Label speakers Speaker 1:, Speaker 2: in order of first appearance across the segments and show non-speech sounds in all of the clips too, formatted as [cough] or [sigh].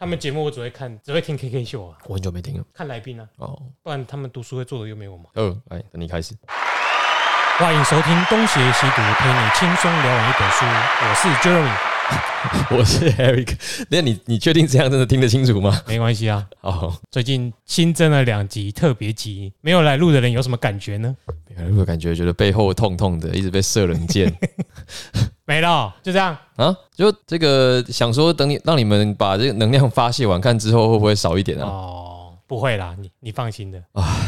Speaker 1: 他们节目我只会看，只会听 KK 秀啊，
Speaker 2: 我很久没听了。
Speaker 1: 看来宾啊，
Speaker 2: 哦，
Speaker 1: 不然他们读书会做的又没我忙。
Speaker 2: 呃，来等你开始。 [laughs]
Speaker 1: 欢迎收听《东邪西毒》，陪你轻松聊完一本书。我是 Jeremy，
Speaker 2: 我是 Eric，那你你确定这样真的听得清楚吗？
Speaker 1: 没关系啊。
Speaker 2: [laughs] 哦，
Speaker 1: 最近新增了两集特别集，没有来录的人有什么感觉呢？
Speaker 2: 有没有感觉觉得背后痛痛的，一直被射冷箭
Speaker 1: 没了，就这样。
Speaker 2: 啊？就这个想说，等你让你们把这个能量发泄完，看之后会不会少一点啊、？
Speaker 1: 哦，不会啦，你你放心的，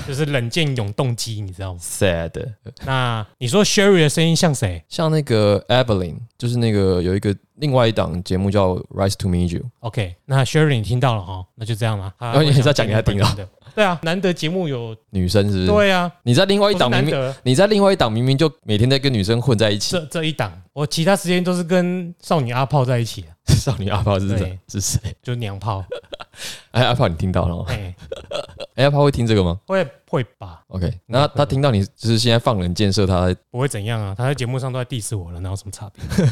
Speaker 1: 就是冷箭永动机，你知道吗
Speaker 2: s a d
Speaker 1: 那你说 Sherry 的声音像谁
Speaker 2: 像那个 Evelyn，就是那个有一个另外一档节目叫《Rise to Meet You》，
Speaker 1: ？OK，那 Sherry 你听到了哈，那就这样啦。啊
Speaker 2: 哦你是要讲给他听啊
Speaker 1: 的？对啊，难得节目有
Speaker 2: 女生是不是？
Speaker 1: 对啊，
Speaker 2: 你在另外一
Speaker 1: 不是
Speaker 2: 档明
Speaker 1: 难
Speaker 2: 明
Speaker 1: 得
Speaker 2: 你在另外一档明明就每天在跟女生混在一起，
Speaker 1: 这这一档，我其他时间都是跟少女阿炮在一起啊，
Speaker 2: [laughs] 少女阿炮是谁
Speaker 1: 对？
Speaker 2: 是谁？
Speaker 1: 就娘
Speaker 2: [laughs]
Speaker 1: 炮。
Speaker 2: 哎，阿炮你听到了吗？
Speaker 1: 哎，
Speaker 2: 哎，阿炮会听这个吗
Speaker 1: 会会吧，
Speaker 2: ？OK，那他听到你就是现在放冷箭射他，
Speaker 1: 不会怎样啊。他在节目上都在 diss 我了，哪有什么差别？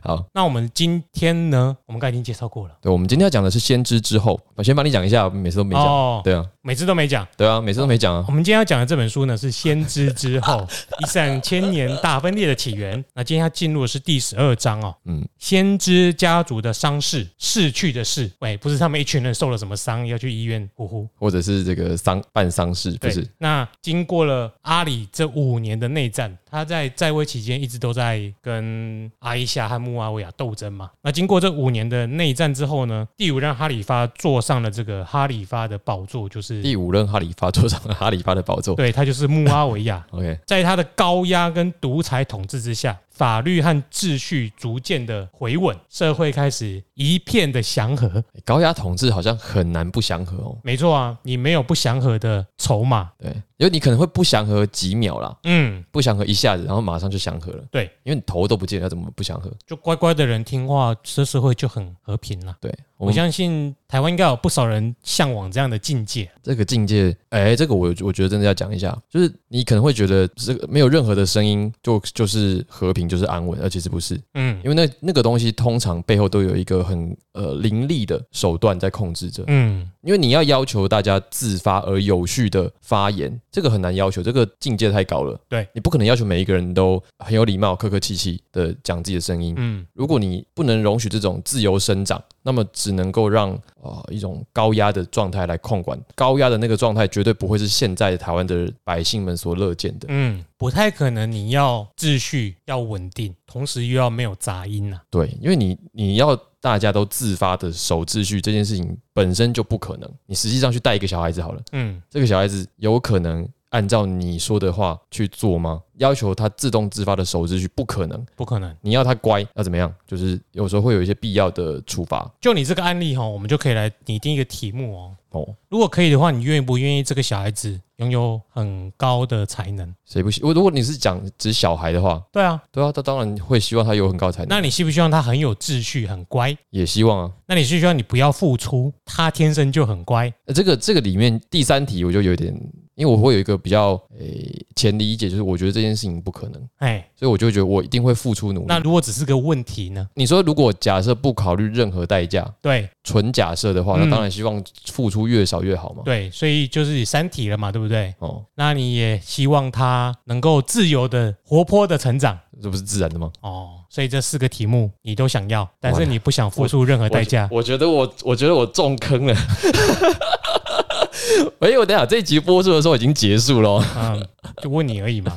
Speaker 2: 好。
Speaker 1: 那我们今天呢？我们刚才已经介绍过了
Speaker 2: 对，我们今天要讲的是先知之后，我先帮你讲一下，每次都没讲。
Speaker 1: 哦，
Speaker 2: 对啊，
Speaker 1: 每次都没讲。
Speaker 2: 对啊，每次都没讲啊
Speaker 1: 我。们今天要讲的这本书呢，是《先知之后： [laughs] 一闪千年大分裂的起源》。那今天要进入的是第十二章哦。
Speaker 2: 嗯
Speaker 1: 嗯，先知家族的伤势，逝去的事。喂，不是他们一群人受了什么伤，要去医院呼呼。
Speaker 2: 或者是这个丧办丧事，不
Speaker 1: 对
Speaker 2: 是？
Speaker 1: 那经过了阿里这五年的内战，他在在位期间一直都在跟阿伊夏和穆阿维亚斗争嘛。那经过这五年的内战之后呢，第五任哈里发坐上了这个哈里发的宝座，就是
Speaker 2: 第五任哈里发坐上了哈里发的宝座。
Speaker 1: 对他就是穆阿维亚。
Speaker 2: OK，
Speaker 1: 在他的高压跟独裁统治之下，法律和秩序逐渐的回稳，社会开始一片的祥和。
Speaker 2: 高压统治好像很难不祥和哦。
Speaker 1: 没错啊，你没有不祥和的筹码。
Speaker 2: 对，因为你可能会不祥和几秒啦，
Speaker 1: 嗯，
Speaker 2: 不祥和一下子，然后马上就祥和了。
Speaker 1: 对，
Speaker 2: 因为你头都不见了，要怎么不祥和？
Speaker 1: 就乖乖的人听话，这社会就很和平了。
Speaker 2: 对，
Speaker 1: 我
Speaker 2: 我们
Speaker 1: 相信台湾应该有不少人向往这样的境界。
Speaker 2: 这个境界，哎，这个我我觉得真的要讲一下，就是你可能会觉得这个没有任何的声音就就是和平，就是安稳，而其实不是，
Speaker 1: 嗯
Speaker 2: 因为那那个东西通常背后都有一个很呃凌厉的手段在控制着，
Speaker 1: 嗯，
Speaker 2: 因为你要要求大家自发而有序的发言，这个很难要求，这个境界太高了。
Speaker 1: 对
Speaker 2: 你不可能要求每一个人都很有礼貌、客客气气的讲自己的声音。
Speaker 1: 嗯，
Speaker 2: 如果你不能容许这种自由生长，那么只能够让啊、呃一种高压的状态来控管。高压的那个状态绝对不会是现在台湾的百姓们所乐见的。
Speaker 1: 嗯，不太可能。你要秩序，要稳定，同时又要没有杂音啊。
Speaker 2: 对，因为你你要大家都自发的守秩序这件事情本身就不可能。你实际上去带一个小孩子好了，
Speaker 1: 嗯，
Speaker 2: 这个小孩子有可能按照你说的话去做吗？要求他自动自发的守秩序，不可能。
Speaker 1: 不可能。
Speaker 2: 你要他乖，要怎么样？就是有时候会有一些必要的处罚
Speaker 1: 就你这个案例哈、我们就可以来拟定一个题目哦。
Speaker 2: 哦。
Speaker 1: 如果可以的话，你愿不愿意这个小孩子拥有很高的才能？
Speaker 2: 谁不喜？我如果你是讲指小孩的话，
Speaker 1: 对啊，
Speaker 2: 对啊，他当然会希望他有很高的才能，
Speaker 1: 那你希不希望他很有秩序、很乖？
Speaker 2: 也希望啊。
Speaker 1: 那你希不希望你不要付出，他天生就很乖？
Speaker 2: 呃这个这个里面第三题我就有点，因为我会有一个比较诶、前理解，就是我觉得这件事情不可能，
Speaker 1: 哎，
Speaker 2: 所以我就会觉得我一定会付出努力。
Speaker 1: 那如果只是个问题呢？
Speaker 2: 你说如果假设不考虑任何代价，
Speaker 1: 对
Speaker 2: 纯假设的话，那
Speaker 1: 嗯
Speaker 2: 当然希望付出越少越好嘛。
Speaker 1: 对，所以就是三体了嘛，对不对？
Speaker 2: 哦，
Speaker 1: 那你也希望他能够自由的、活泼的成长
Speaker 2: 这不是自然的吗？
Speaker 1: 哦。所以这四个题目你都想要，但是你不想付出任何代价。
Speaker 2: 我觉得我，我觉得我中坑 [laughs] 了。哎，我等一下这一集播出的时候已经结束了哦。
Speaker 1: 嗯，就问你而已
Speaker 2: [laughs]
Speaker 1: 嘛。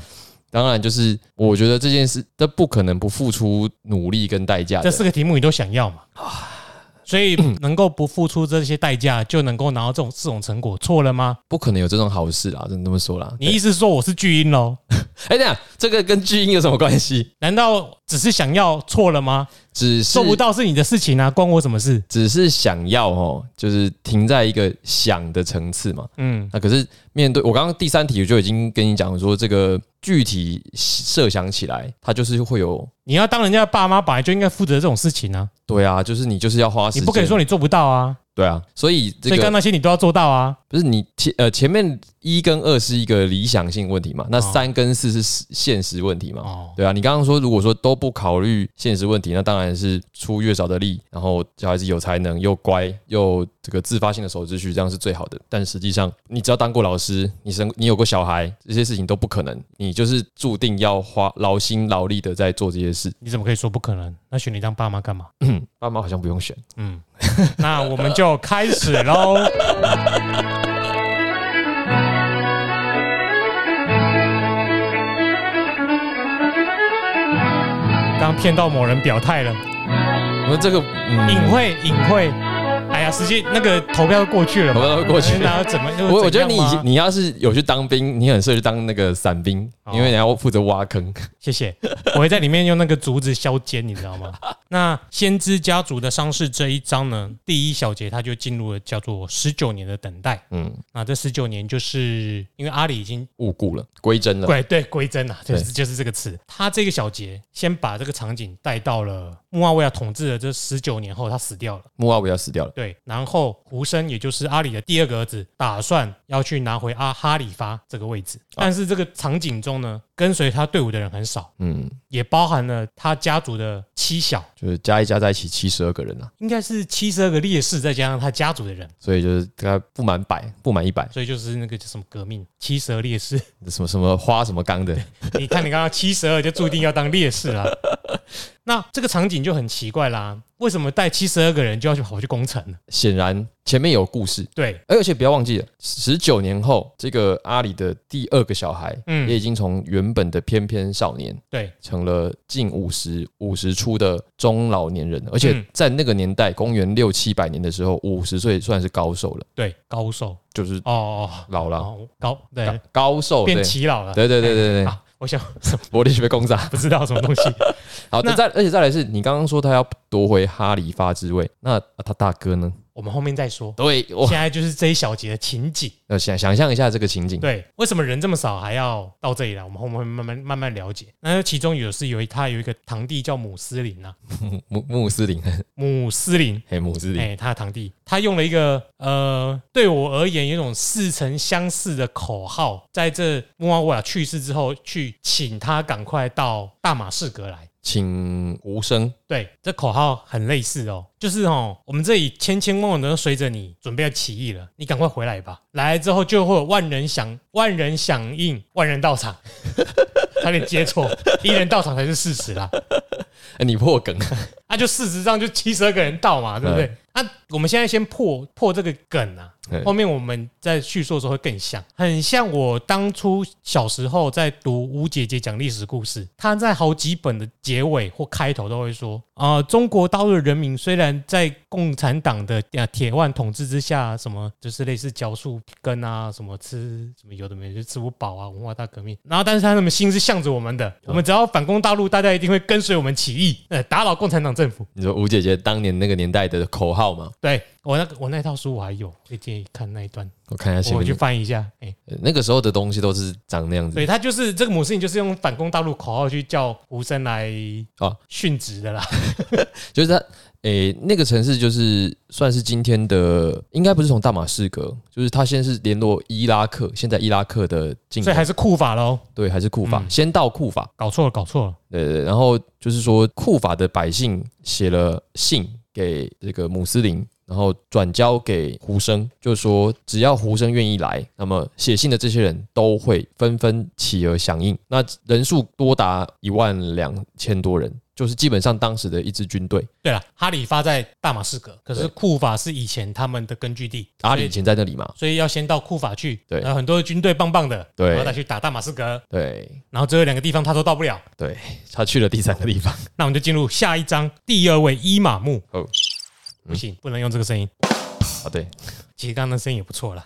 Speaker 2: 当然，就是我觉得这件事，这不可能不付出努力跟代价的。啊
Speaker 1: 这四个题目你都想要嘛？所以能够不付出这些代价，就能够拿到这种这种成果，错了吗？
Speaker 2: 不可能有这种好事啦，真的这么说啦。
Speaker 1: 你意思是说我是巨婴喽？
Speaker 2: 哎，等一下这个跟巨婴有什么关系？
Speaker 1: 难道只是想要错了吗？
Speaker 2: 只是
Speaker 1: 做不到是你的事情啊，关我什么事？
Speaker 2: 只是想要哦，就是停在一个想的层次嘛。
Speaker 1: 嗯
Speaker 2: 那可是面对我刚刚第三题，我就已经跟你讲说，这个具体设想起来，它就是会有，
Speaker 1: 你要当人家的爸妈，本来就应该负责这种事情啊，
Speaker 2: 对啊，就是你就是要花时
Speaker 1: 你
Speaker 2: 间，
Speaker 1: 不可以说你做不到啊，
Speaker 2: 对啊，所以这
Speaker 1: 所以刚
Speaker 2: 个
Speaker 1: 那些你都要做到啊。
Speaker 2: 就是你前呃前面一跟二是一个理想性问题嘛，那
Speaker 1: 哦
Speaker 2: 三跟四是实现实问题嘛。
Speaker 1: 哦，
Speaker 2: 对啊，你刚刚说如果说都不考虑现实问题，那当然是出越少的力，然后小孩子有才能又乖又这个自发性的守秩序，这样是最好的。但实际上，你只要当过老师，你生你有过小孩，这些事情都不可能，你就是注定要花劳心劳力的在做这些事。
Speaker 1: 你怎么可以说不可能？那选你当爸妈干嘛？ [laughs]
Speaker 2: 爸妈好像不用选，
Speaker 1: 嗯，那我们就开始喽。 [laughs] 刚骗到某人表态了，
Speaker 2: 那这个嗯
Speaker 1: 隐晦隐晦。哎呀，时间那个投票都过去了嘛，哎
Speaker 2: 投票都过去了
Speaker 1: 那怎么？
Speaker 2: [laughs] 我我觉得你已
Speaker 1: 怎样
Speaker 2: 经
Speaker 1: 吗
Speaker 2: 你要是有去当兵，你很适合去当那个伞兵，
Speaker 1: 哦
Speaker 2: 因为你要负责挖坑。
Speaker 1: 谢谢，我会在里面用那个竹子削尖，你知道
Speaker 2: [laughs]
Speaker 1: 吗？那先知家族的伤势这一章呢，第一小节它就进入了叫做十九年的等待。
Speaker 2: 嗯，
Speaker 1: 那这十九年就是因为阿里已经
Speaker 2: 误故了，归真了。
Speaker 1: 对对归真啊，就
Speaker 2: 对
Speaker 1: 是就是这个词。他这个小节先把这个场景带到了穆阿维亚统治的这十九年后，他死掉了。
Speaker 2: 穆阿维要死掉了。
Speaker 1: 对，然后胡生也就是阿里的第二个儿子，打算要去拿回阿哈里发这个位置，但是这个场景中呢，跟随他队伍的人很少。
Speaker 2: 嗯，
Speaker 1: 也包含了他家族的妻小，
Speaker 2: 就是加一加在一起七十二个人啊，
Speaker 1: 应该是七十二个烈士，再加上他家族的人，
Speaker 2: 所以就是大概不满百，不满一百，
Speaker 1: 所以就是那个叫什么革命七十二烈士。
Speaker 2: 什么什么花什么缸的。
Speaker 1: [laughs] 你看你刚刚七十二就注定要当烈士啦。 [laughs] 那这个场景就很奇怪啦，为什么带七十二个人就要去跑去攻城呢？
Speaker 2: 显然前面有故事，
Speaker 1: 对，
Speaker 2: 而且不要忘记了，十九年后，这个阿里的第二个小孩，
Speaker 1: 嗯
Speaker 2: 也已经从原本的翩翩少年，
Speaker 1: 对，
Speaker 2: 成了近五十五十出的中老年人了，而且
Speaker 1: 嗯
Speaker 2: 在那个年代，公元六七百年的时候，五十岁算是高寿了，
Speaker 1: 对，高寿
Speaker 2: 就是
Speaker 1: 哦，
Speaker 2: 老了，
Speaker 1: 哦，高对
Speaker 2: 高，高寿对
Speaker 1: 变。耆老了。
Speaker 2: 对对对对对， [laughs]
Speaker 1: 啊，我想 [laughs]
Speaker 2: 伯利去被攻杀。
Speaker 1: 不知道什么东西。 [laughs]
Speaker 2: 好，
Speaker 1: 那
Speaker 2: 再而且再来是你刚刚说他要夺回哈里发之位，那啊他大哥呢？
Speaker 1: 我们后面再说。
Speaker 2: 对，我
Speaker 1: 现在就是这一小节的情景。
Speaker 2: 呃想想象一下这个情景，
Speaker 1: 对，为什么人这么少还要到这里来？我们后面会慢慢慢慢了解。那其中有是有一他有一个堂弟叫姆斯林啊，
Speaker 2: 穆穆斯林，
Speaker 1: 姆斯林，
Speaker 2: 嘿，穆斯林，
Speaker 1: 哎、他的堂弟，他用了一个呃，对我而言有一种似曾相识的口号，在这穆阿维亚啊去世之后，去请他赶快到大马士革来。
Speaker 2: 请无声，
Speaker 1: 对，这口号很类似哦，就是哦，我们这里千千万万人都随着你准备要起义了，你赶快回来吧。来了之后就会有万人响，万人响应，万人到场， [laughs] 差点接错，一人到场才是事实啦。
Speaker 2: 哎，你破梗，
Speaker 1: 啊，就事实上就七十二个人到嘛，对不对？啊，我们现在先破破这个梗啊，
Speaker 2: 嗯
Speaker 1: 后面我们在叙述的时候会更像，很像我当初小时候在读吴姐姐讲历史故事，她在好几本的结尾或开头都会说，啊，中国大陆的人民虽然在共产党的啊铁腕统治之下，什么就是类似嚼树根啊，什么吃什么有的没的就吃不饱啊，文化大革命，然后但是他们心是向着我们的，我们只要反攻大陆，大家一定会跟随我们起义，呃，打倒共产党政府。
Speaker 2: [laughs] 你说吴姐姐当年那个年代的口号嘛？
Speaker 1: 对我那个我那套书我还有，可以建议看那一段，
Speaker 2: 我看一下前
Speaker 1: 我去
Speaker 2: 面，
Speaker 1: 翻一下，哎、
Speaker 2: 呃那个时候的东西都是长那样子
Speaker 1: 对他就是这个母事情，就是用反攻大陆口号去叫胡生来
Speaker 2: 哦
Speaker 1: 殉职的啦。
Speaker 2: 就是他，诶、那个城市就是算是今天的，应该不是从大马士革，就是他先是联络伊拉克，现在伊拉克的进
Speaker 1: 所
Speaker 2: 口
Speaker 1: 以，还是库法喽，
Speaker 2: 对，还是库法，
Speaker 1: 嗯
Speaker 2: 先到库法，
Speaker 1: 搞错了，搞错了。
Speaker 2: 对对，对然后就是说库法的百姓写了信给这个穆斯林。然后转交给胡生，就说只要胡生愿意来，那么写信的这些人都会纷纷起而响应。那人数多达一万两千多人，就是基本上当时的一支军队。
Speaker 1: 对了，哈里发在大马士革，可是
Speaker 2: 对
Speaker 1: 库法是以前他们的根据地，
Speaker 2: 阿
Speaker 1: 所
Speaker 2: 里
Speaker 1: 以
Speaker 2: 以前在那里嘛，
Speaker 1: 所以要先到库法去，
Speaker 2: 对
Speaker 1: 然后很多军队棒棒的，
Speaker 2: 对
Speaker 1: 然后再去打大马士革，
Speaker 2: 对
Speaker 1: 然后只有两个地方他都到不了。
Speaker 2: 对，他去了第三个地方。
Speaker 1: 那我们就进入下一章第二位伊玛目。嗯
Speaker 2: 哦
Speaker 1: 不行，不能用这个声音。
Speaker 2: 啊，对，
Speaker 1: 其实刚刚的声音也不错啦。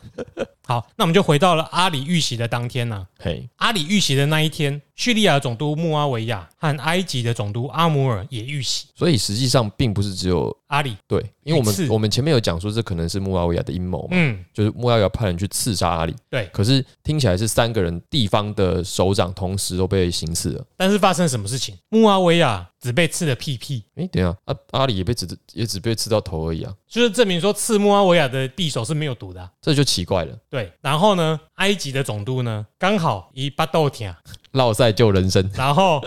Speaker 1: 好，那我们就回到了阿里遇袭的当天呢、
Speaker 2: 嘿，
Speaker 1: 阿里遇袭的那一天，叙利亚总督穆阿维亚和埃及的总督阿姆尔也遇袭
Speaker 2: 所以实际上并不是只有
Speaker 1: 阿里。
Speaker 2: 对，因为我
Speaker 1: 一次
Speaker 2: 们我们前面有讲说，这可能是穆阿维亚的阴谋嘛，
Speaker 1: 嗯，
Speaker 2: 就是穆阿维亚派人去刺杀阿里。
Speaker 1: 对
Speaker 2: 可是听起来是三个人地方的首长同时都被行刺了。
Speaker 1: 但是发生什么事情？穆阿维亚只被刺了屁屁，
Speaker 2: 诶，等一下，阿、阿里也被只也只被刺到头而已啊，
Speaker 1: 就是证明说刺穆阿维亚的匕首是没有毒的啊、
Speaker 2: 这就奇怪了。
Speaker 1: 对，然后呢，埃及的总督呢，刚好一巴豆挺，
Speaker 2: 落赛救人生，
Speaker 1: 然后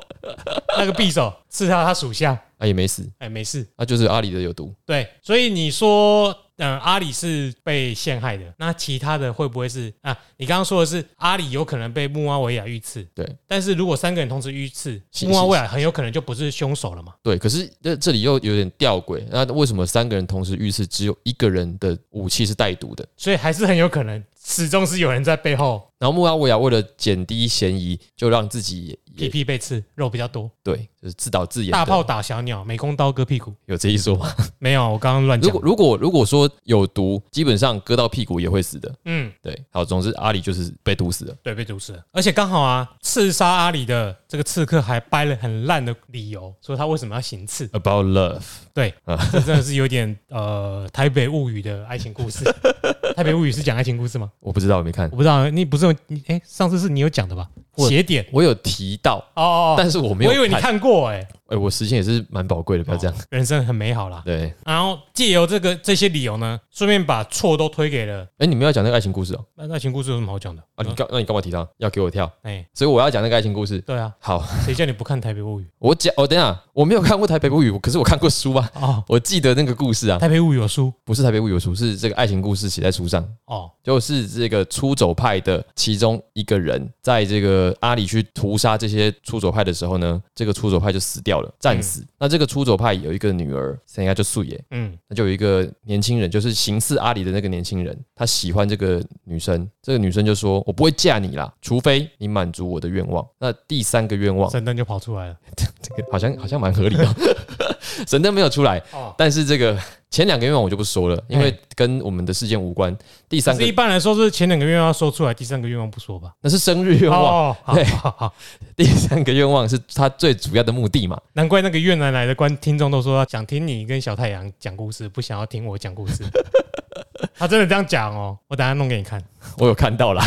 Speaker 1: 那个匕首刺到他属下，
Speaker 2: 啊也没死，
Speaker 1: 哎，没事。
Speaker 2: 啊就是阿里的有毒。
Speaker 1: 对，所以你说，嗯、阿里是被陷害的，那其他的会不会是啊？你刚刚说的是阿里有可能被穆阿维亚遇刺，
Speaker 2: 对。
Speaker 1: 但是如果三个人同时遇刺，
Speaker 2: 是
Speaker 1: 穆阿维亚很有可能就不是凶手了嘛？
Speaker 2: 对，可是这这里又有点吊诡，那为什么三个人同时遇刺，只有一个人的武器是带毒的？
Speaker 1: 所以还是很有可能，始终是有人在背后
Speaker 2: 然后穆阿维亚为了减低嫌疑，就让自己也
Speaker 1: 屁
Speaker 2: 也
Speaker 1: 屁被刺，肉比较多，
Speaker 2: 对，就是自导自演的。
Speaker 1: 大炮打小鸟，美工刀割屁股。
Speaker 2: 有这一说吗？
Speaker 1: 没有，我刚刚乱
Speaker 2: 如
Speaker 1: 讲
Speaker 2: 果。如果如果说有毒，基本上割到屁股也会死的。
Speaker 1: 嗯，
Speaker 2: 对，好，总之阿里就是被毒死了。
Speaker 1: 对，被毒死了。而且刚好啊，刺杀阿里的这个刺客还掰了很烂的理由，说他为什么要行刺。
Speaker 2: About love， [laughs]
Speaker 1: 对，
Speaker 2: 啊
Speaker 1: 这真的是有点呃《台北物语》的爱情故
Speaker 2: [laughs]
Speaker 1: 事。《台北物语》是讲爱情故事吗？
Speaker 2: 我不知道，我没看
Speaker 1: 我，不知道，你不是有你哎、上次是你有讲的吧？
Speaker 2: 我
Speaker 1: 邪典
Speaker 2: 我有提到，
Speaker 1: 哦哦，哦
Speaker 2: 但是我没有。
Speaker 1: 我以为你，看哦过哎、
Speaker 2: 哎，我时间也是蛮宝贵的，不要这样。
Speaker 1: 人生很美好啦。
Speaker 2: [laughs] 对，
Speaker 1: 然后借由这个这些理由呢，顺便把错都推给了。
Speaker 2: 哎，你们要讲那个爱情故事哦？
Speaker 1: 那爱情故事有什么好讲的？
Speaker 2: 啊，你干，那你干嘛提到要给我跳？
Speaker 1: 哎、
Speaker 2: 所以我要讲那个爱情故事。
Speaker 1: 对啊，
Speaker 2: 好，
Speaker 1: 谁叫你不看《台北物语
Speaker 2: 我讲哦，等一下，我没有看过《台北物语》，可是我看过书啊，》
Speaker 1: 哦，
Speaker 2: 我记得那个故事啊，
Speaker 1: 《台北物语》有书
Speaker 2: 不是《台北物语》的书，是这个爱情故事写在书上。
Speaker 1: 哦，
Speaker 2: 就是这个出走派的其中一个人，在这个阿里去屠杀这些出走派的时候呢，这个出走派就死掉了，战死。那这个出走派有一个女儿，应该就素野，
Speaker 1: 嗯，
Speaker 2: 那就有一个年轻人，就是形似阿里的那个年轻人，他喜欢这个女生，这个女生就说：“我不会嫁你啦，除非你满足我的愿望。” [laughs] 那第三个愿望，
Speaker 1: 神灯就跑出来了。
Speaker 2: 这个好像好像蛮合理的，神灯没有出来。
Speaker 1: 哦，
Speaker 2: 但是这个前两个愿望我就不说了，因为
Speaker 1: 哎
Speaker 2: 跟我们的事件无关。第
Speaker 1: 但
Speaker 2: 三
Speaker 1: 是
Speaker 2: 个
Speaker 1: 一般来说是前两个愿望要说出来，第三个愿望不说吧？
Speaker 2: 那是生日愿望，
Speaker 1: 哦，好
Speaker 2: 对
Speaker 1: 好好。
Speaker 2: 第三个愿望是他最主要的目的嘛？
Speaker 1: 难怪那个越南来的观听众都说想听你跟小太阳讲故事，不想要听我讲故
Speaker 2: [laughs]
Speaker 1: 事。他真的这样讲哦，我等下弄给你看。
Speaker 2: 我有看到啦。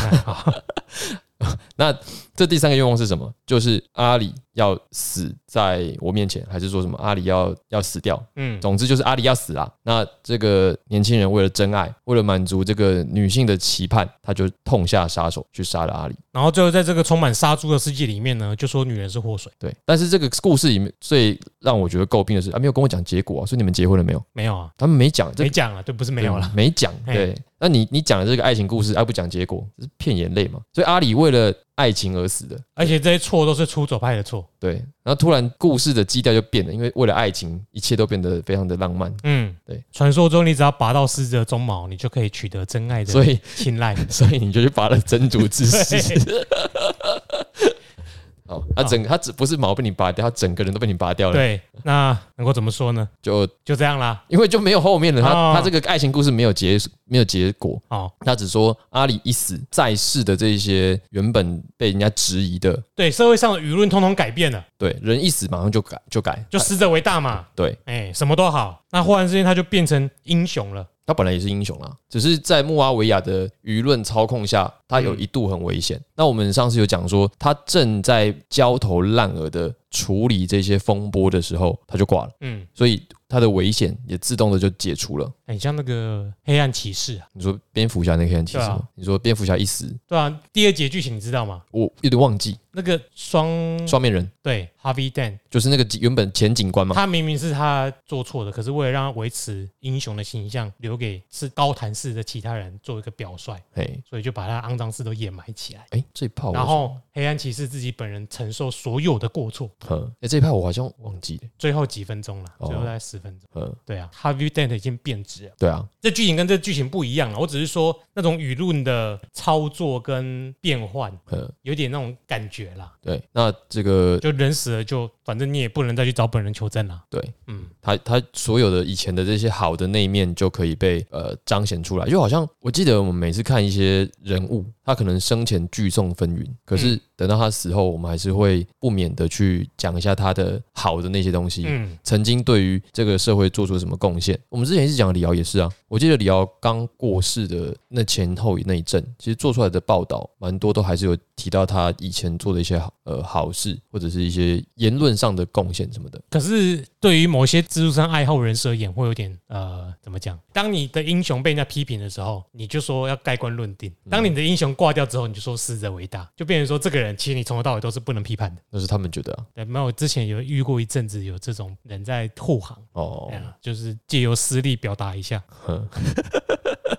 Speaker 2: 那这第三个愿望是什么？就是阿里要死在我面前，还是说什么阿里要要死掉？
Speaker 1: 嗯，
Speaker 2: 总之就是阿里要死啦。那这个年轻人为了真爱，为了满足这个女性的期盼，他就痛下杀手去杀了阿里。
Speaker 1: 然后最后在这个充满杀猪的世界里面呢，就说女人是祸水，
Speaker 2: 对，但是这个故事里面最让我觉得诟病的是，啊，没有跟我讲结果、啊，所以你们结婚了没有？
Speaker 1: 没有啊，
Speaker 2: 他们没讲，这
Speaker 1: 没讲了，对，不是没有了。
Speaker 2: 对，没讲。
Speaker 1: 嘿
Speaker 2: 对，那你你讲的这个爱情故事，爱不讲结果，这是骗眼泪嘛？所以阿里为了爱情而死的。
Speaker 1: 而且这些错都是出走派的错。
Speaker 2: 对，然后突然故事的基调就变了，因为为了爱情，一切都变得非常的浪漫。
Speaker 1: 嗯，
Speaker 2: 对。
Speaker 1: 传说中你只要拔到狮子的鬃毛，你就可以取得真爱
Speaker 2: 所
Speaker 1: 的
Speaker 2: 以，
Speaker 1: 青
Speaker 2: [laughs]
Speaker 1: 睐。
Speaker 2: 所以你就去拔了真主
Speaker 1: [laughs]
Speaker 2: 之识。好，他整他只不是毛被你拔掉，他整个人都被你拔掉了。
Speaker 1: 对，那能够怎么说呢？
Speaker 2: 就
Speaker 1: 就这样啦。
Speaker 2: 因为就没有后面了，
Speaker 1: 哦
Speaker 2: 他他这个爱情故事没有结没有结果，
Speaker 1: 哦，
Speaker 2: 他只说阿里一死，在世的这一些原本被人家质疑的，
Speaker 1: 对，社会上的舆论通通改变了，
Speaker 2: 对人一死马上就改就改，
Speaker 1: 就死者为大嘛。
Speaker 2: 对
Speaker 1: 哎、什么都好。那忽然之间他就变成英雄了。
Speaker 2: 他本来也是英雄啦，只是在穆阿维亚的舆论操控下，他有一度很危险。
Speaker 1: 嗯
Speaker 2: 那我们上次有讲说，他正在焦头烂额的处理这些风波的时候，他就挂了，
Speaker 1: 嗯，
Speaker 2: 所以他的危险也自动的就解除了。
Speaker 1: 很哎像那个黑暗骑士啊，
Speaker 2: 你说蝙蝠侠那个人其实
Speaker 1: 对啊
Speaker 2: 吗，你说蝙蝠侠一死，
Speaker 1: 对啊，第二节剧情你知道吗？
Speaker 2: 我有点忘记
Speaker 1: 那个双
Speaker 2: 双面人
Speaker 1: 对 Harvey Dent，
Speaker 2: 就是那个原本前警官嘛，
Speaker 1: 他明明是他做错的，可是为了让他维持英雄的形象，留给是高谭市的其他人做一个表率，
Speaker 2: 哎
Speaker 1: 所以就把他肮脏事都掩埋起来。
Speaker 2: 哎，这炮我
Speaker 1: 然后黑暗骑士自己本人承受所有的过错，
Speaker 2: 嗯，哎、这一派我好像忘记了。
Speaker 1: 最后几分钟了，
Speaker 2: 哦
Speaker 1: 最后大概十分钟。
Speaker 2: 嗯，
Speaker 1: 对啊，Harvey Dent 已经变质了。
Speaker 2: 对啊，
Speaker 1: 这剧情跟这剧情不一样啊了，我只是说那种舆论的操作跟变换，
Speaker 2: 嗯，
Speaker 1: 有点那种感觉啦。
Speaker 2: 对。那这个
Speaker 1: 就人死了就，反正你也不能再去找本人求证啦。
Speaker 2: 对
Speaker 1: 嗯，
Speaker 2: 他他所有的以前的这些好的那一面就可以被呃彰显出来，就好像我记得我们每次看一些人物，他可能生前聚众纷纭，可是等到他死后，我们还是会不免的去讲一下他的好的那些东西。
Speaker 1: 嗯，
Speaker 2: 曾经对于这个社会做出什么贡献？我们之前一直讲的李敖也是啊，我记得李敖刚过世的那前后那一阵，其实做出来的报道蛮多都还是有提到他以前做的一些好呃好事，或者是一些言论上的贡献什么的。
Speaker 1: 可是对于某些自助餐爱好人士而言，会有点呃，怎么讲？当你的英雄被人家批评的时候，你就说要盖棺论定；
Speaker 2: 嗯
Speaker 1: 当你的英雄挂掉之后，你就说死者为大，就变成说这个人其实你从头到尾都是不能批判的。
Speaker 2: 那是他们觉得啊，
Speaker 1: 对，没有，我之前有遇过一阵子有这种人在护航，
Speaker 2: 哦，
Speaker 1: 嗯就是借由私利表达一下。
Speaker 2: 哼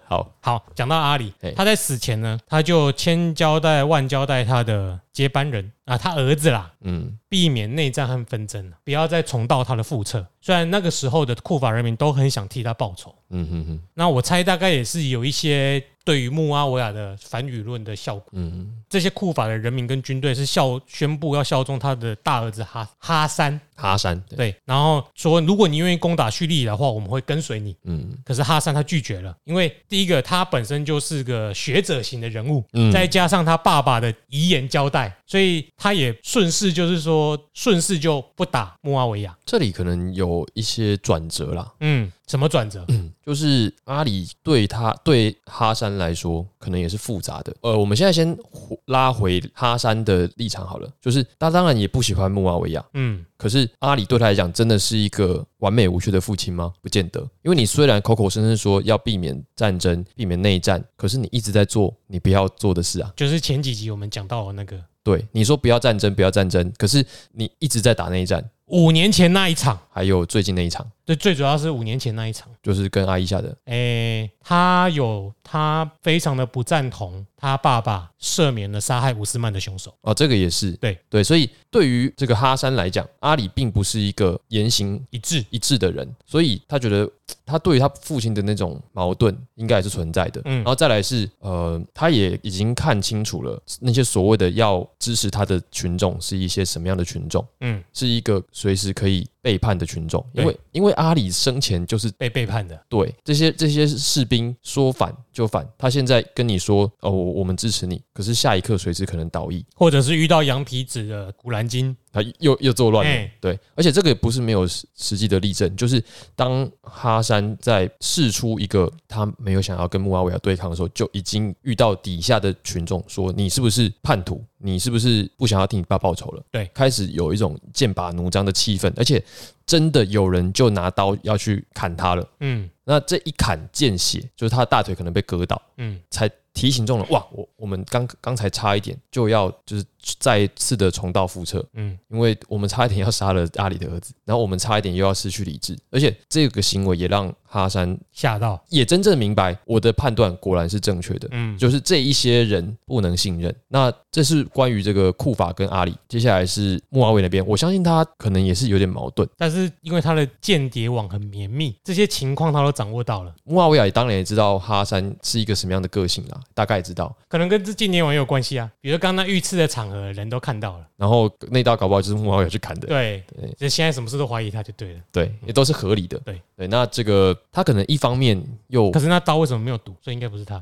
Speaker 2: 好，
Speaker 1: 好，讲到阿里
Speaker 2: 嘿，
Speaker 1: 他在死前呢，他就千交代万交代他的接班人啊，他儿子啦，
Speaker 2: 嗯
Speaker 1: 避免内战和纷争，不要再重蹈他的覆辙。虽然那个时候的库法人民都很想替他报仇，
Speaker 2: 嗯哼哼，
Speaker 1: 那我猜大概也是有一些对于穆阿维亚的反舆论的效果。
Speaker 2: 嗯，
Speaker 1: 这些库法的人民跟军队是效宣布要效忠他的大儿子哈哈山，
Speaker 2: 哈山，对，
Speaker 1: 对，然后说如果你愿意攻打叙利亚的话，我们会跟随你。
Speaker 2: 嗯
Speaker 1: 可是哈山他拒绝了，因为第一个他本身就是个学者型的人物，
Speaker 2: 嗯，
Speaker 1: 再加上他爸爸的遗言交代，所以他也顺势就是说顺势就不打穆阿维亚。
Speaker 2: 这里可能有一些转折啦，
Speaker 1: 嗯，什么转折？
Speaker 2: 就是阿里对他对哈山来说，可能也是复杂的。呃，我们现在先回拉回哈山的立场好了，就是他当然也不喜欢穆阿维亚，
Speaker 1: 嗯
Speaker 2: 可是阿里对他来讲，真的是一个完美无缺的父亲吗？不见得，因为你虽然口口声声说要避免战争、避免内战，可是你一直在做你不要做的事啊。
Speaker 1: 就是前几集我们讲到的那个
Speaker 2: 对，你说不要战争，不要战争，可是你一直在打内战，
Speaker 1: 五年前那一场，
Speaker 2: 还有最近那一场，
Speaker 1: 对，最主要是五年前那一场。
Speaker 2: 就是跟阿伊夏的，
Speaker 1: 诶，他有他非常的不赞同他爸爸赦免了杀害伍斯曼的凶手。
Speaker 2: 哦，这个也是
Speaker 1: 对
Speaker 2: 对，所以对于这个哈山来讲，阿里并不是一个言行
Speaker 1: 一致，
Speaker 2: 一致的人，所以他觉得他对于他父亲的那种矛盾应该也是存在的。
Speaker 1: 嗯
Speaker 2: 然后再来是呃，他也已经看清楚了那些所谓的要支持他的群众是一些什么样的群众，
Speaker 1: 嗯，
Speaker 2: 是一个随时可以背叛的群众，因为
Speaker 1: 对
Speaker 2: 因为阿里生前就是
Speaker 1: 被背叛的。
Speaker 2: 对这些这些士兵说反就反，他现在跟你说哦，我我们支持你，可是下一刻随时可能倒役，
Speaker 1: 或者是遇到羊皮纸的古兰经，
Speaker 2: 他又又作乱了。
Speaker 1: 哎
Speaker 2: 对，而且这个也不是没有实实际的例证，就是当哈山在试出一个他没有想要跟穆阿维亚对抗的时候，就已经遇到底下的群众说你是不是叛徒，你是不是不想要替你爸报仇了？
Speaker 1: 对
Speaker 2: 开始有一种剑拔弩张的气氛，而且真的有人就拿刀要去砍他了。
Speaker 1: 嗯
Speaker 2: 那这一砍见血，就是他的大腿可能被割到，
Speaker 1: 嗯，
Speaker 2: 才提醒众人哇，我我们刚刚才差一点就要就是再一次的重蹈覆辙。
Speaker 1: 嗯，
Speaker 2: 因为我们差一点要杀了阿里的儿子，然后我们差一点又要失去理智，而且这个行为也让哈山
Speaker 1: 吓到，
Speaker 2: 也真正明白我的判断果然是正确的， [laughs]
Speaker 1: 嗯，
Speaker 2: 就是这一些人不能信任。那这是关于这个库法跟阿里，接下来是穆阿维那边，我相信他可能也是有点矛盾。
Speaker 1: 但是因为他的间谍网很绵密，这些情况他都掌握到了，
Speaker 2: 穆阿维亚也当然也知道哈山是一个什么样的个性啦，大概知道。
Speaker 1: 可能跟这间谍网也有关系啊。比如刚刚那遇刺的场合，人都看到了，
Speaker 2: 然后那道搞不好就是穆阿维亚去砍的，
Speaker 1: 对
Speaker 2: 对，
Speaker 1: 就现在什么事都怀疑他就对了。
Speaker 2: 对，也都是合理的。
Speaker 1: 对
Speaker 2: 对，那这个他可能一方面又
Speaker 1: 可是那刀为什么没有毒？所以应该不是他，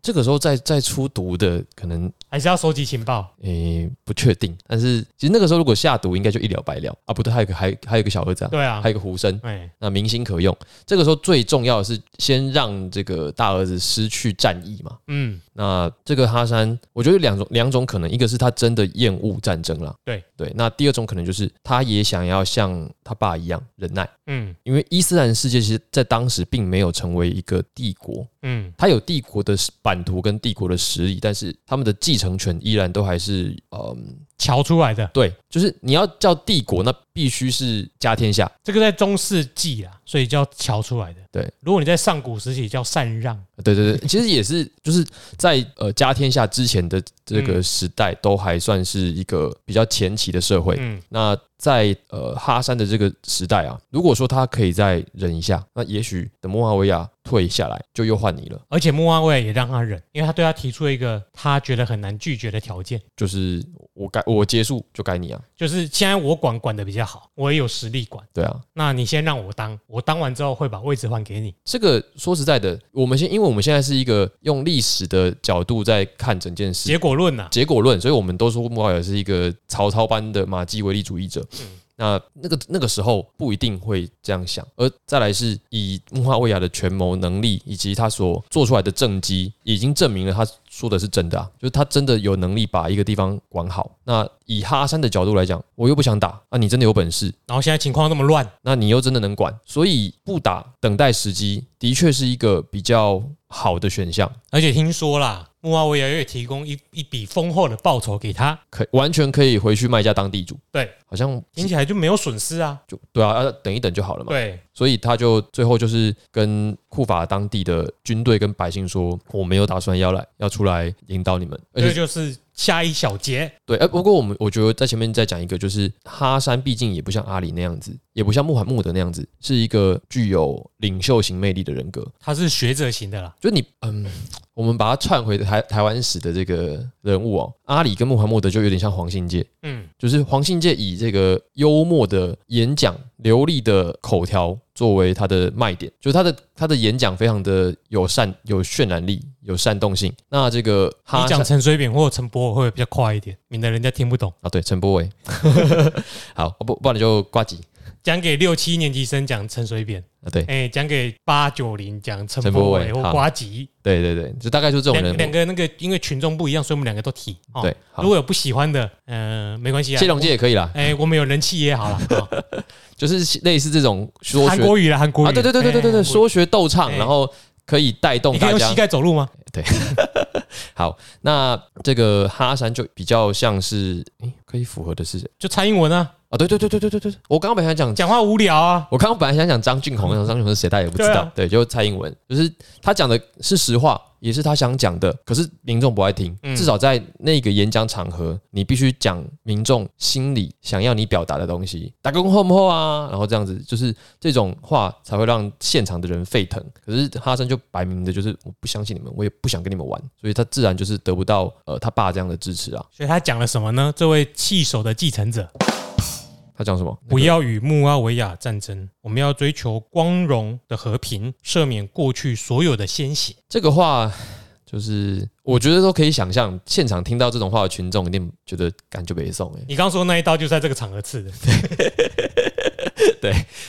Speaker 2: 这个时候再再出毒的可能
Speaker 1: 还是要收集情
Speaker 2: 啊
Speaker 1: 报。
Speaker 2: 诶、不确定，但是其实那个时候如果下毒，应该就一了百了啊！不对，还有一个还还有一个小儿子啊，
Speaker 1: 对啊
Speaker 2: 还有，一个胡生，
Speaker 1: 哎，
Speaker 2: 那明星可用。这个时候最重要的是先让这个大儿子失去战意嘛。
Speaker 1: 嗯，
Speaker 2: 那这个哈山，我觉得有两种两种可能，一个是他真的厌恶战争啦，
Speaker 1: 对
Speaker 2: 对，那第二种可能就是他也想要像他爸一样忍耐，
Speaker 1: 嗯
Speaker 2: 因为伊斯兰世界其实在当时并没有成为一个帝国，
Speaker 1: 嗯
Speaker 2: 它有帝国的版图跟帝国的实力，但是他们的继承权依然都还是嗯。
Speaker 1: 瞧出来的，
Speaker 2: 对，就是你要叫帝国，那必须是家天下，
Speaker 1: 这个在中世纪啦，所以叫瞧出来的。
Speaker 2: 对，
Speaker 1: 如果你在上古时期叫禅让，
Speaker 2: 对对对，其实也是就是在呃家天下之前的这个
Speaker 1: 嗯
Speaker 2: 时代，都还算是一个比较前期的社会。
Speaker 1: 嗯，
Speaker 2: 那在呃哈山的这个时代啊，如果说他可以再忍一下，那也许等莫哈维亚退下来，就又换你了，
Speaker 1: 而且穆阿维亚也让他忍，因为他对他提出了一个他觉得很难拒绝的条件，
Speaker 2: 就是我该我结束就该你啊，
Speaker 1: 就是现在我管管的比较好，我也有实力管，
Speaker 2: 对啊。
Speaker 1: 那你先让我当，我当完之后会把位置还给你。
Speaker 2: 这个说实在的，我们现因为我们现在是一个用历史的角度在看整件事，
Speaker 1: 结果论啊呐、
Speaker 2: 结果论，所以我们都说莫哈尔是一个曹操般的马基维利主义者。
Speaker 1: 嗯
Speaker 2: 那那个那个时候不一定会这样想，而再来是以穆哈维亚的权谋能力以及他所做出来的政绩，已经证明了他说的是真的啊，就是他真的有能力把一个地方管好。那以哈山的角度来讲，我又不想打啊，你真的有本事，
Speaker 1: 然后现在情况那么乱，
Speaker 2: 那你又真的能管，所以不打等待时机，的确是一个比较好的选项。
Speaker 1: 而且听说啦，穆阿维亚也提供一一笔丰厚的报酬给他，
Speaker 2: 可完全可以回去卖家当地主，
Speaker 1: 对，
Speaker 2: 好像
Speaker 1: 听起来就没有损失啊。
Speaker 2: 就对啊，啊等一等就好了嘛。
Speaker 1: 对，
Speaker 2: 所以他就最后就是跟库法当地的军队跟百姓说，我没有打算要来要出来引导你们，而
Speaker 1: 这个
Speaker 2: 且
Speaker 1: 就是下一小节。
Speaker 2: 对，哎、不过我们我觉得在前面再讲一个，就是哈山毕竟也不像阿里那样子，也不像穆罕默德那样子，是一个具有领袖型魅力的人格。
Speaker 1: 他是学者型的啦，
Speaker 2: 就你，嗯，我们把它串回台台湾史的这个人物哦，阿里跟穆罕默德就有点像黄信介，
Speaker 1: 嗯，
Speaker 2: 就是黄信介以这个幽默的演讲、流利的口条作为他的卖点，就是他的他的演讲非常的有善、有渲染力、有煽动性。那这个
Speaker 1: 你
Speaker 2: 哈
Speaker 1: 讲
Speaker 2: 山
Speaker 1: 陈水扁或陈伯伟会不会比较快一点，免得人家听不懂。
Speaker 2: 啊，对，陈柏伟， [laughs] 好，不不然你就挂机
Speaker 1: 讲给六七年级生讲陈水扁，
Speaker 2: 啊，对
Speaker 1: 哎、讲给八九零讲陈
Speaker 2: 陈
Speaker 1: 伯
Speaker 2: 柏
Speaker 1: 伟
Speaker 2: 伟
Speaker 1: 或
Speaker 2: 好
Speaker 1: 瓜吉，
Speaker 2: 对对对，就大概就这种
Speaker 1: 两
Speaker 2: 人
Speaker 1: 两
Speaker 2: 物。
Speaker 1: 个那个因为群众不一样，所以我们两个都提。哦、
Speaker 2: 对，好
Speaker 1: 如，果有不喜欢的，嗯、没关系啊。
Speaker 2: 谢龙介也可以啦，
Speaker 1: 哎、我们有人气也
Speaker 2: [laughs]
Speaker 1: 好了。哦
Speaker 2: 就是类似这种说
Speaker 1: 韩
Speaker 2: 学
Speaker 1: 国语啦，韩国语
Speaker 2: 啊，对对对对对对
Speaker 1: 哎韩国
Speaker 2: 对，
Speaker 1: 语
Speaker 2: 说学逗唱，
Speaker 1: 哎
Speaker 2: 然后可以带动
Speaker 1: 你可以
Speaker 2: 大
Speaker 1: 用
Speaker 2: 家
Speaker 1: 膝。盖走路吗？
Speaker 2: 好，那这个哈山就比较像是，诶，可以符合的是谁？
Speaker 1: 就蔡英文啊，
Speaker 2: 啊，对对对对对对对，我刚刚本来想讲，
Speaker 1: 讲话无聊啊，
Speaker 2: 我刚刚本来想讲张俊宏，我想张俊宏是谁，大家也不知
Speaker 1: 嗯对
Speaker 2: 道
Speaker 1: 啊。
Speaker 2: 对，就是蔡英文，就是他讲的是实话，也是他想讲的，可是民众不爱听。
Speaker 1: 嗯
Speaker 2: 至少在那个演讲场合，你必须讲民众心里想要你表达的东西，打工后不后啊，然后这样子，就是这种话才会让现场的人沸腾。可是哈森就摆明的就是我不相信你们，我也不想跟你们玩，所以他自然就是得不到呃他爸这样的支持啊。
Speaker 1: 所以他讲了什么呢？这位弃守的继承者，
Speaker 2: 他讲什么？
Speaker 1: 不要与穆阿维亚战争，我们要追求光荣的和平，赦免过去所有的鲜血。
Speaker 2: 这个话，就是我觉得都可以想象，现场听到这种话的群众一定觉得感觉北宋哎，
Speaker 1: 你刚说那一刀就是在这个场合
Speaker 2: [laughs]
Speaker 1: 刺的，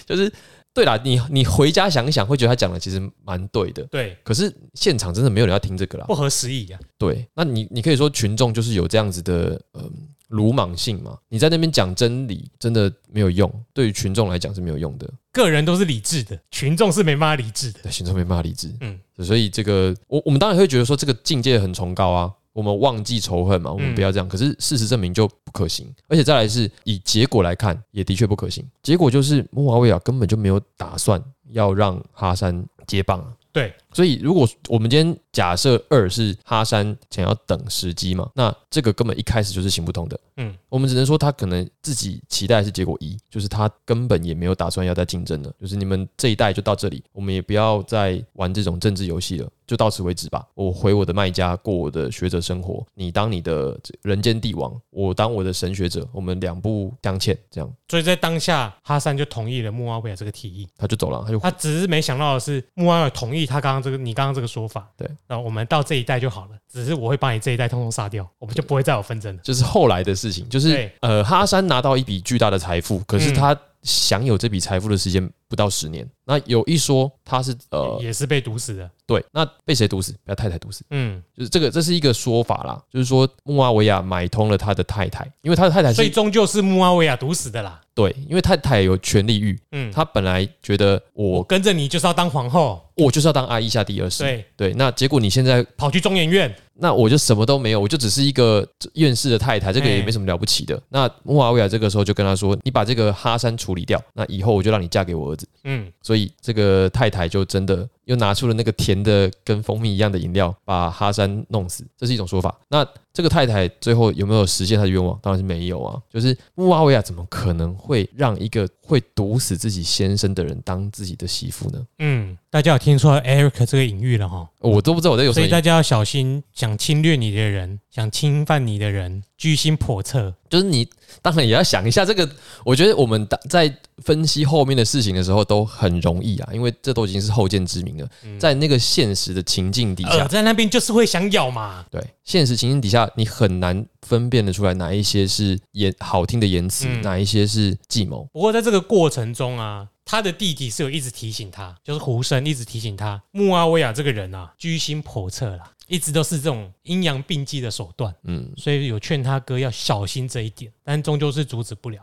Speaker 2: 就是对啦，你你回家想一想，会觉得他讲的其实蛮对的。
Speaker 1: 对，
Speaker 2: 可是现场真的没有人要听这个啦
Speaker 1: 不，合时宜啊。
Speaker 2: 对，那你你可以说群众就是有这样子的嗯鲁莽性嘛，你在那边讲真理真的没有用，对于群众来讲是没有用的，
Speaker 1: 个人都是理智的，群众是没办法理智的。
Speaker 2: 对群众没办法理智，
Speaker 1: 嗯，
Speaker 2: 所以这个我我们当然会觉得说这个境界很崇高啊，我们忘记仇恨嘛，我
Speaker 1: 嗯
Speaker 2: 们不要这样。可是事实证明就不可行，而且再来是以结果来看，也的确不可行。结果就是穆华维亚根本就没有打算要让哈山接棒啊。
Speaker 1: 对，
Speaker 2: 所以如果我们今天假设二是哈山想要等时机嘛，那这个根本一开始就是行不通的。
Speaker 1: 嗯，
Speaker 2: 我们只能说他可能自己期待是结果一，就是他根本也没有打算要再竞争了，就是你们这一代就到这里，我们也不要再玩这种政治游戏了，就到此为止吧。我回我的卖家，过我的学者生活，你当你的人间帝王，我当我的神学者，我们两不相欠，这样
Speaker 1: 所以在当下，哈山就同意了穆阿维亚这个提议。
Speaker 2: 他就走了，他
Speaker 1: [laughs]
Speaker 2: 就
Speaker 1: 他只是没想到的是，穆阿维亚同意他刚刚这个你刚刚这个说法。
Speaker 2: 对，
Speaker 1: 那我们到这一代就好了，只是我会把你这一代通通杀掉，我们就不会再有纷争了。
Speaker 2: 就是后来的事情，就是
Speaker 1: 对
Speaker 2: 呃，哈山拿到一笔巨大的财富，可是他享有这笔财富的时间不到十年。那有一说他是呃，
Speaker 1: 也是被毒死的。
Speaker 2: 对，那被谁毒死？被他太太毒死，
Speaker 1: 嗯，
Speaker 2: 就是这个，这是一个说法啦，就是说穆阿维亚买通了他的太太，因为他的太太
Speaker 1: 所以
Speaker 2: 是
Speaker 1: 终究是穆阿维亚毒死的啦。
Speaker 2: 对，因为太太有权利欲，
Speaker 1: 嗯，
Speaker 2: 他本来觉得
Speaker 1: 我
Speaker 2: 我
Speaker 1: 跟着你就是要当皇后，
Speaker 2: 我就是要当阿伊夏第二世，
Speaker 1: 对，
Speaker 2: 对，那结果你现在
Speaker 1: 跑去中研院，
Speaker 2: 那我就什么都没有，我就只是一个院士的太太，这个也
Speaker 1: 哎
Speaker 2: 没什么了不起的。那穆阿维亚这个时候就跟他说：“你把这个哈山处理掉，那以后我就让你嫁给我儿子。”
Speaker 1: 嗯，
Speaker 2: 所以这个太太就真的又拿出了那个甜的跟蜂蜜一样的饮料，把哈山弄死，这是一种说法。那这个太太最后有没有实现她的愿望？当然是没有啊。就是穆阿维亚怎么可能会让一个会毒死自己先生的人当自己的媳妇呢？
Speaker 1: 嗯，大家有听出来 Eric 这个隐喻了哈，
Speaker 2: 我都不知道我在有什
Speaker 1: 所以
Speaker 2: 么，
Speaker 1: 大家要小心，想侵略你的人，想侵犯你的人，居心叵测。
Speaker 2: 就是你当然也要想一下这个。我觉得我们当在分析后面的事情的时候都很容易啊，因为这都已经是后见之明了，
Speaker 1: 嗯
Speaker 2: 在那个现实的情境底下
Speaker 1: 呃，，在那边就是会想咬嘛。
Speaker 2: 对，现实情境底下，你很难分辨得出来哪一些是言好听的言辞，
Speaker 1: 嗯
Speaker 2: 哪一些是计谋。
Speaker 1: 不过在这个过程中啊，他的弟弟是有一直提醒他，就是胡生一直提醒他，穆阿维亚这个人啊，居心叵测啦，一直都是这种阴阳并济的手段，
Speaker 2: 嗯，
Speaker 1: 所以有劝他哥要小心这一点，但终究是阻止不了。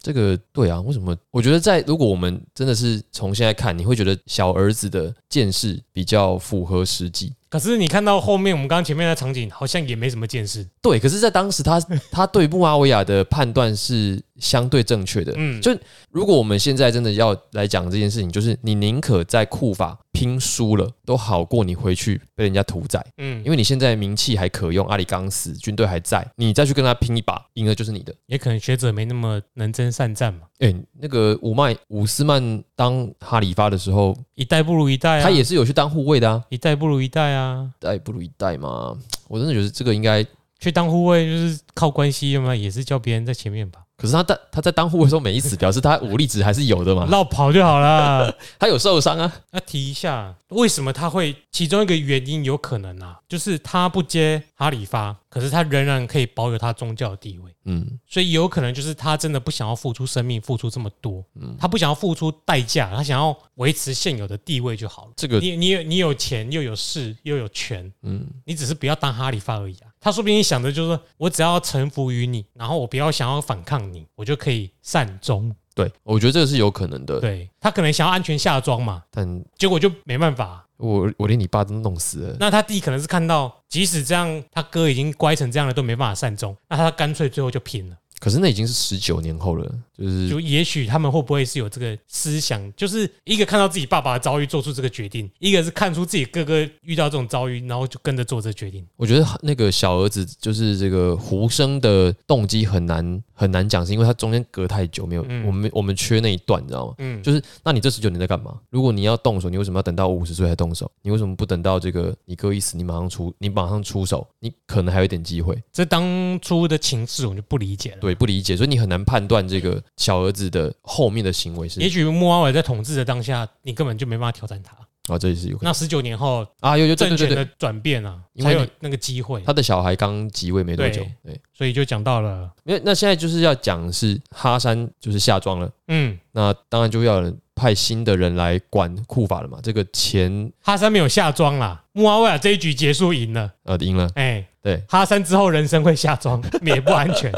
Speaker 2: 这个对啊，为什么？我觉得在如果我们真的是从现在看，你会觉得小儿子的见识比较符合实际。
Speaker 1: 可是你看到后面我们刚刚前面的场景，好像也没什么见识。
Speaker 2: 对，可是，在当
Speaker 1: [laughs]
Speaker 2: 时他他对穆阿维亚的判断是相对正确的。
Speaker 1: 嗯，
Speaker 2: 就如果我们现在真的要来讲这件事情，就是你宁可在库法拼输了，都好过你回去被人家屠宰。
Speaker 1: 嗯，因
Speaker 2: 因
Speaker 1: 为
Speaker 2: 为你现在名气还可用，阿里刚死，军队还在，你再去跟他拼一把，赢了就是你的。
Speaker 1: 也可能学者没那么能征善战嘛，
Speaker 2: 哎、那个伍麦伍斯曼当哈里发的时候，
Speaker 1: 一代不如一代啊，
Speaker 2: 他也是有去当护卫的啊，
Speaker 1: 一代不如一代啊。
Speaker 2: 一代不如一代嘛。我真的觉得这个应该，
Speaker 1: 去当护卫就是靠关系嘛，也是叫别人在前面吧，
Speaker 2: 可是他当他在当护卫的时候没死，表示他武力值还是有的嘛，
Speaker 1: 绕跑就好了。
Speaker 2: 他有受伤啊。
Speaker 1: 那提一下，为什么他会？其中一个原因有可能啊，就是他不接哈里发，可是他仍然可以保有他宗教的地位，
Speaker 2: 嗯
Speaker 1: 所以有可能就是他真的不想要付出生命，付出这么多，
Speaker 2: 嗯，
Speaker 1: 他不想要付出代价，他想要维持现有的地位就好了。
Speaker 2: 这个
Speaker 1: 你你有你有钱又有势又有权，
Speaker 2: 嗯
Speaker 1: 你只是不要当哈里发而已啊。他说不定想的就是我只要臣服于你，然后我不要想要反抗你，我就可以善终。
Speaker 2: 对，我觉得这个是有可能的，
Speaker 1: 对他可能想要安全下庄嘛，
Speaker 2: 但
Speaker 1: 结果就没办法啊、
Speaker 2: 我我连你爸都弄死了。
Speaker 1: 那他弟可能是看到，即使这样，他哥已经乖成这样了，都没办法善终，那他干脆最后就拼了。
Speaker 2: 可是那已经是十九年后了，就是
Speaker 1: 就也许他们会不会是有这个思想，就是一个看到自己爸爸的遭遇做出这个决定，一个是看出自己哥哥遇到这种遭遇，然后就跟着做这个决定。
Speaker 2: 我觉得那个小儿子就是这个胡生的动机很难很难讲，是因为他中间隔太久没有，
Speaker 1: 嗯
Speaker 2: 我们我们缺那一段，你知道吗？
Speaker 1: 嗯，
Speaker 2: 就是那你这十九年在干嘛？如果你要动手，你为什么要等到五十岁才动手？你为什么不等到这个你哥一死，你马上出你马上出手？你可能还有一点机会。
Speaker 1: 这当初的情势我们就不理解了。
Speaker 2: 对，不理解，所以你很难判断这个小儿子的后面的行为是
Speaker 1: 也许穆阿伟在统治的当下，你根本就没办法挑战他。
Speaker 2: 啊，这也是有可能
Speaker 1: 那十九年后
Speaker 2: 啊，有有对
Speaker 1: 政
Speaker 2: 对对
Speaker 1: 权的
Speaker 2: 对，
Speaker 1: 转变啊，
Speaker 2: 因
Speaker 1: 才
Speaker 2: 为
Speaker 1: 有
Speaker 2: 你
Speaker 1: 那个机会
Speaker 2: 他。的小孩刚即位没多久，对，
Speaker 1: 所以就讲到了，
Speaker 2: 因为那现在就是要讲是哈山就是下庄了。
Speaker 1: 嗯，
Speaker 2: 那当然就要有人派新的人来管库法了嘛。这个钱
Speaker 1: 哈山没有下庄啦，穆阿维啊尔这一局结束赢了。
Speaker 2: 呃赢了，
Speaker 1: 哎、
Speaker 2: 对
Speaker 1: 哈山之后人生会下
Speaker 2: [laughs]
Speaker 1: 庄，也不安全。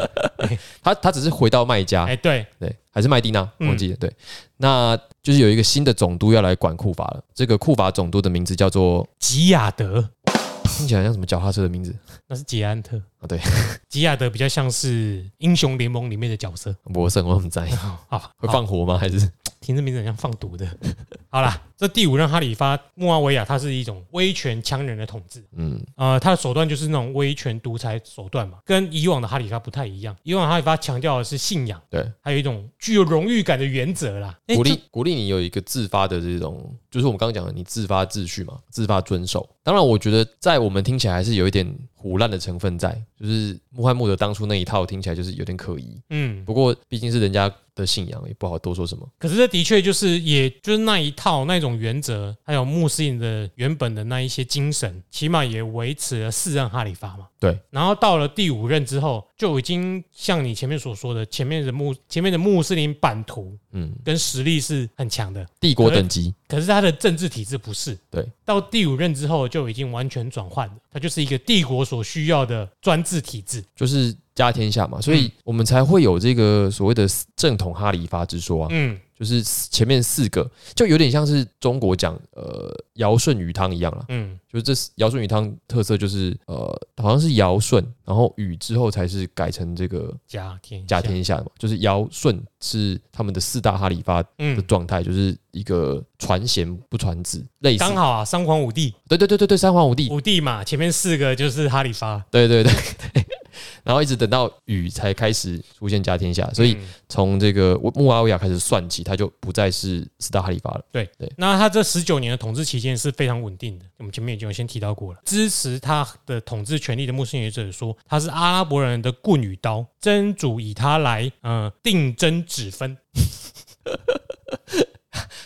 Speaker 2: 他他只是回到麦加，
Speaker 1: 哎、对，
Speaker 2: 对，还是麦地那，
Speaker 1: 嗯
Speaker 2: 忘记了，对，那就是有一个新的总督要来管库法了。这个库法总督的名字叫做， [laughs]
Speaker 1: 吉亚德
Speaker 2: 听起来像什么脚踏车的名字
Speaker 1: 那是捷安特
Speaker 2: 啊？对，
Speaker 1: 吉亚德比较像是英雄联盟里面的角
Speaker 2: [laughs]
Speaker 1: 色。
Speaker 2: 我胜我很
Speaker 1: [laughs]
Speaker 2: 在，
Speaker 1: 好，
Speaker 2: 会
Speaker 1: 好
Speaker 2: 放火吗？还是
Speaker 1: 听这名字很像放毒的。好啦，这第五任哈里发穆阿维亚，他是一种威权强人的统治。
Speaker 2: 嗯
Speaker 1: 呃，他的手段就是那种威权独裁手段嘛，跟以往的哈里发不太一样。以往的哈里发强调的是信仰，
Speaker 2: 对，
Speaker 1: 还有一种具有荣誉感的原则啦。哎
Speaker 2: 鼓
Speaker 1: 这
Speaker 2: 励鼓励你有一个自发的这种，就是我们刚刚讲的，你自发秩序嘛，自发遵守。当然，我觉得在我们听起来还是有一点胡乱的成分在，就是穆罕默德当初那一套听起来就是有点可疑。
Speaker 1: 嗯，
Speaker 2: 不过毕竟是人家的信仰，也不好多说什么。
Speaker 1: 可是这的确就是，也就是那一套那种原则，还有穆斯林的原本的那一些精神，起码也维持了四任哈里发嘛。
Speaker 2: 对。
Speaker 1: 然后到了第五任之后，就已经像你前面所说的，前面的穆前面的穆斯林版图
Speaker 2: 嗯，
Speaker 1: 跟实力是很强的，
Speaker 2: 帝国等级，
Speaker 1: 可是他的政治体制不是。
Speaker 2: 对。
Speaker 1: 到第五任之后就已经完全转换了，它就是一个帝国所需要的专制体制。嗯
Speaker 2: 就是家天下嘛，所以我们才会有这个所谓的正统哈里发之说啊，
Speaker 1: 嗯，
Speaker 2: 就是前面四个就有点像是中国讲呃尧舜禹汤一样啦，
Speaker 1: 嗯，
Speaker 2: 就是这四尧舜禹汤特色就是呃好像是尧舜，然后禹之后才是改成这个
Speaker 1: 甲天
Speaker 2: 家天下嘛，就是尧舜是他们的四大哈里发的
Speaker 1: 嗯，
Speaker 2: 状态，就是一个传贤不传子，类似
Speaker 1: 刚好啊，三皇五帝，
Speaker 2: 对对对对对三皇五帝，
Speaker 1: 五帝嘛，前面四个就是哈里发，
Speaker 2: 对对对对， [laughs] 然后一直等到禹才开始出现家天下，所以
Speaker 1: 嗯
Speaker 2: 从这个穆阿维亚开始算起，他就不再是斯大哈里发了。
Speaker 1: 那他这十九年的统治期间是非常稳定的，我们前面已经有先提到过了。支持他的统治权力的穆斯林学者说，他是阿拉伯人的棍与刀，真主以他来呃定真指分。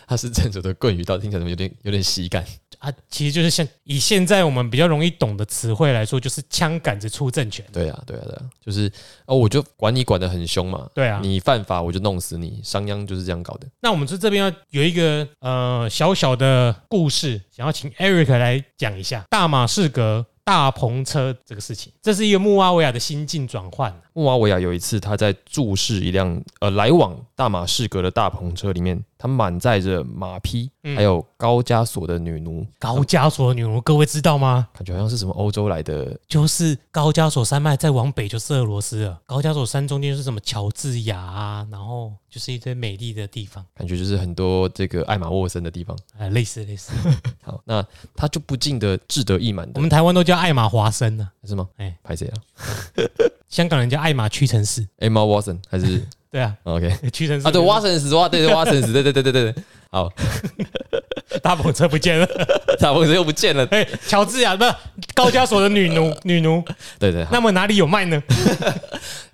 Speaker 2: 他是正主的棍语，到底听起来怎么有点有点喜感？
Speaker 1: 啊，其实就是像以现在我们比较容易懂的词汇来说，就是枪杆子出政权。
Speaker 2: 对啊，对啊，对啊，就是哦，我就管你管得很凶嘛，
Speaker 1: 对啊，
Speaker 2: 你犯法我就弄死你，商鞅就是这样搞的。
Speaker 1: 那我们这这边要有一个呃小小的故事，想要请 Eric 来讲一下大马士革大篷车这个事情。这是一个穆阿维亚的心境转换。
Speaker 2: 穆阿维亚有一次，他在注视一辆呃来往大马士革的大篷车里面，他满载着马匹，
Speaker 1: 嗯
Speaker 2: 还有高加索的女奴，
Speaker 1: 高加索女奴，各位知道吗？
Speaker 2: 感觉好像是什么欧洲来的
Speaker 1: 就是高加索山脉，再往北就是俄罗斯了。高加索山中间就是什么乔治亚啊，然后就是一堆美丽的地方，
Speaker 2: 感觉，就是很多这个艾玛沃森的地方。
Speaker 1: 哎，类似类似。
Speaker 2: 好，那他就不禁的志得意满
Speaker 1: 我
Speaker 2: 的，
Speaker 1: 们台湾都叫爱玛华生呢、
Speaker 2: 是吗？哎
Speaker 1: 哎，
Speaker 2: 拍谁啊
Speaker 1: 香港人叫爱玛屈臣氏。
Speaker 2: ？Emma Watson 还 [laughs] 是
Speaker 1: 对啊，
Speaker 2: OK
Speaker 1: 屈臣氏
Speaker 2: 啊？对，Watson 是哇，对对 Watson 是，对对对对对对。好，
Speaker 1: 大篷车不见了。 [laughs]
Speaker 2: 大风车又不见了。
Speaker 1: 哎，乔治亚不是高加索的女
Speaker 2: [laughs]
Speaker 1: 奴，女奴，
Speaker 2: 对对，好
Speaker 1: 那么哪里有卖呢？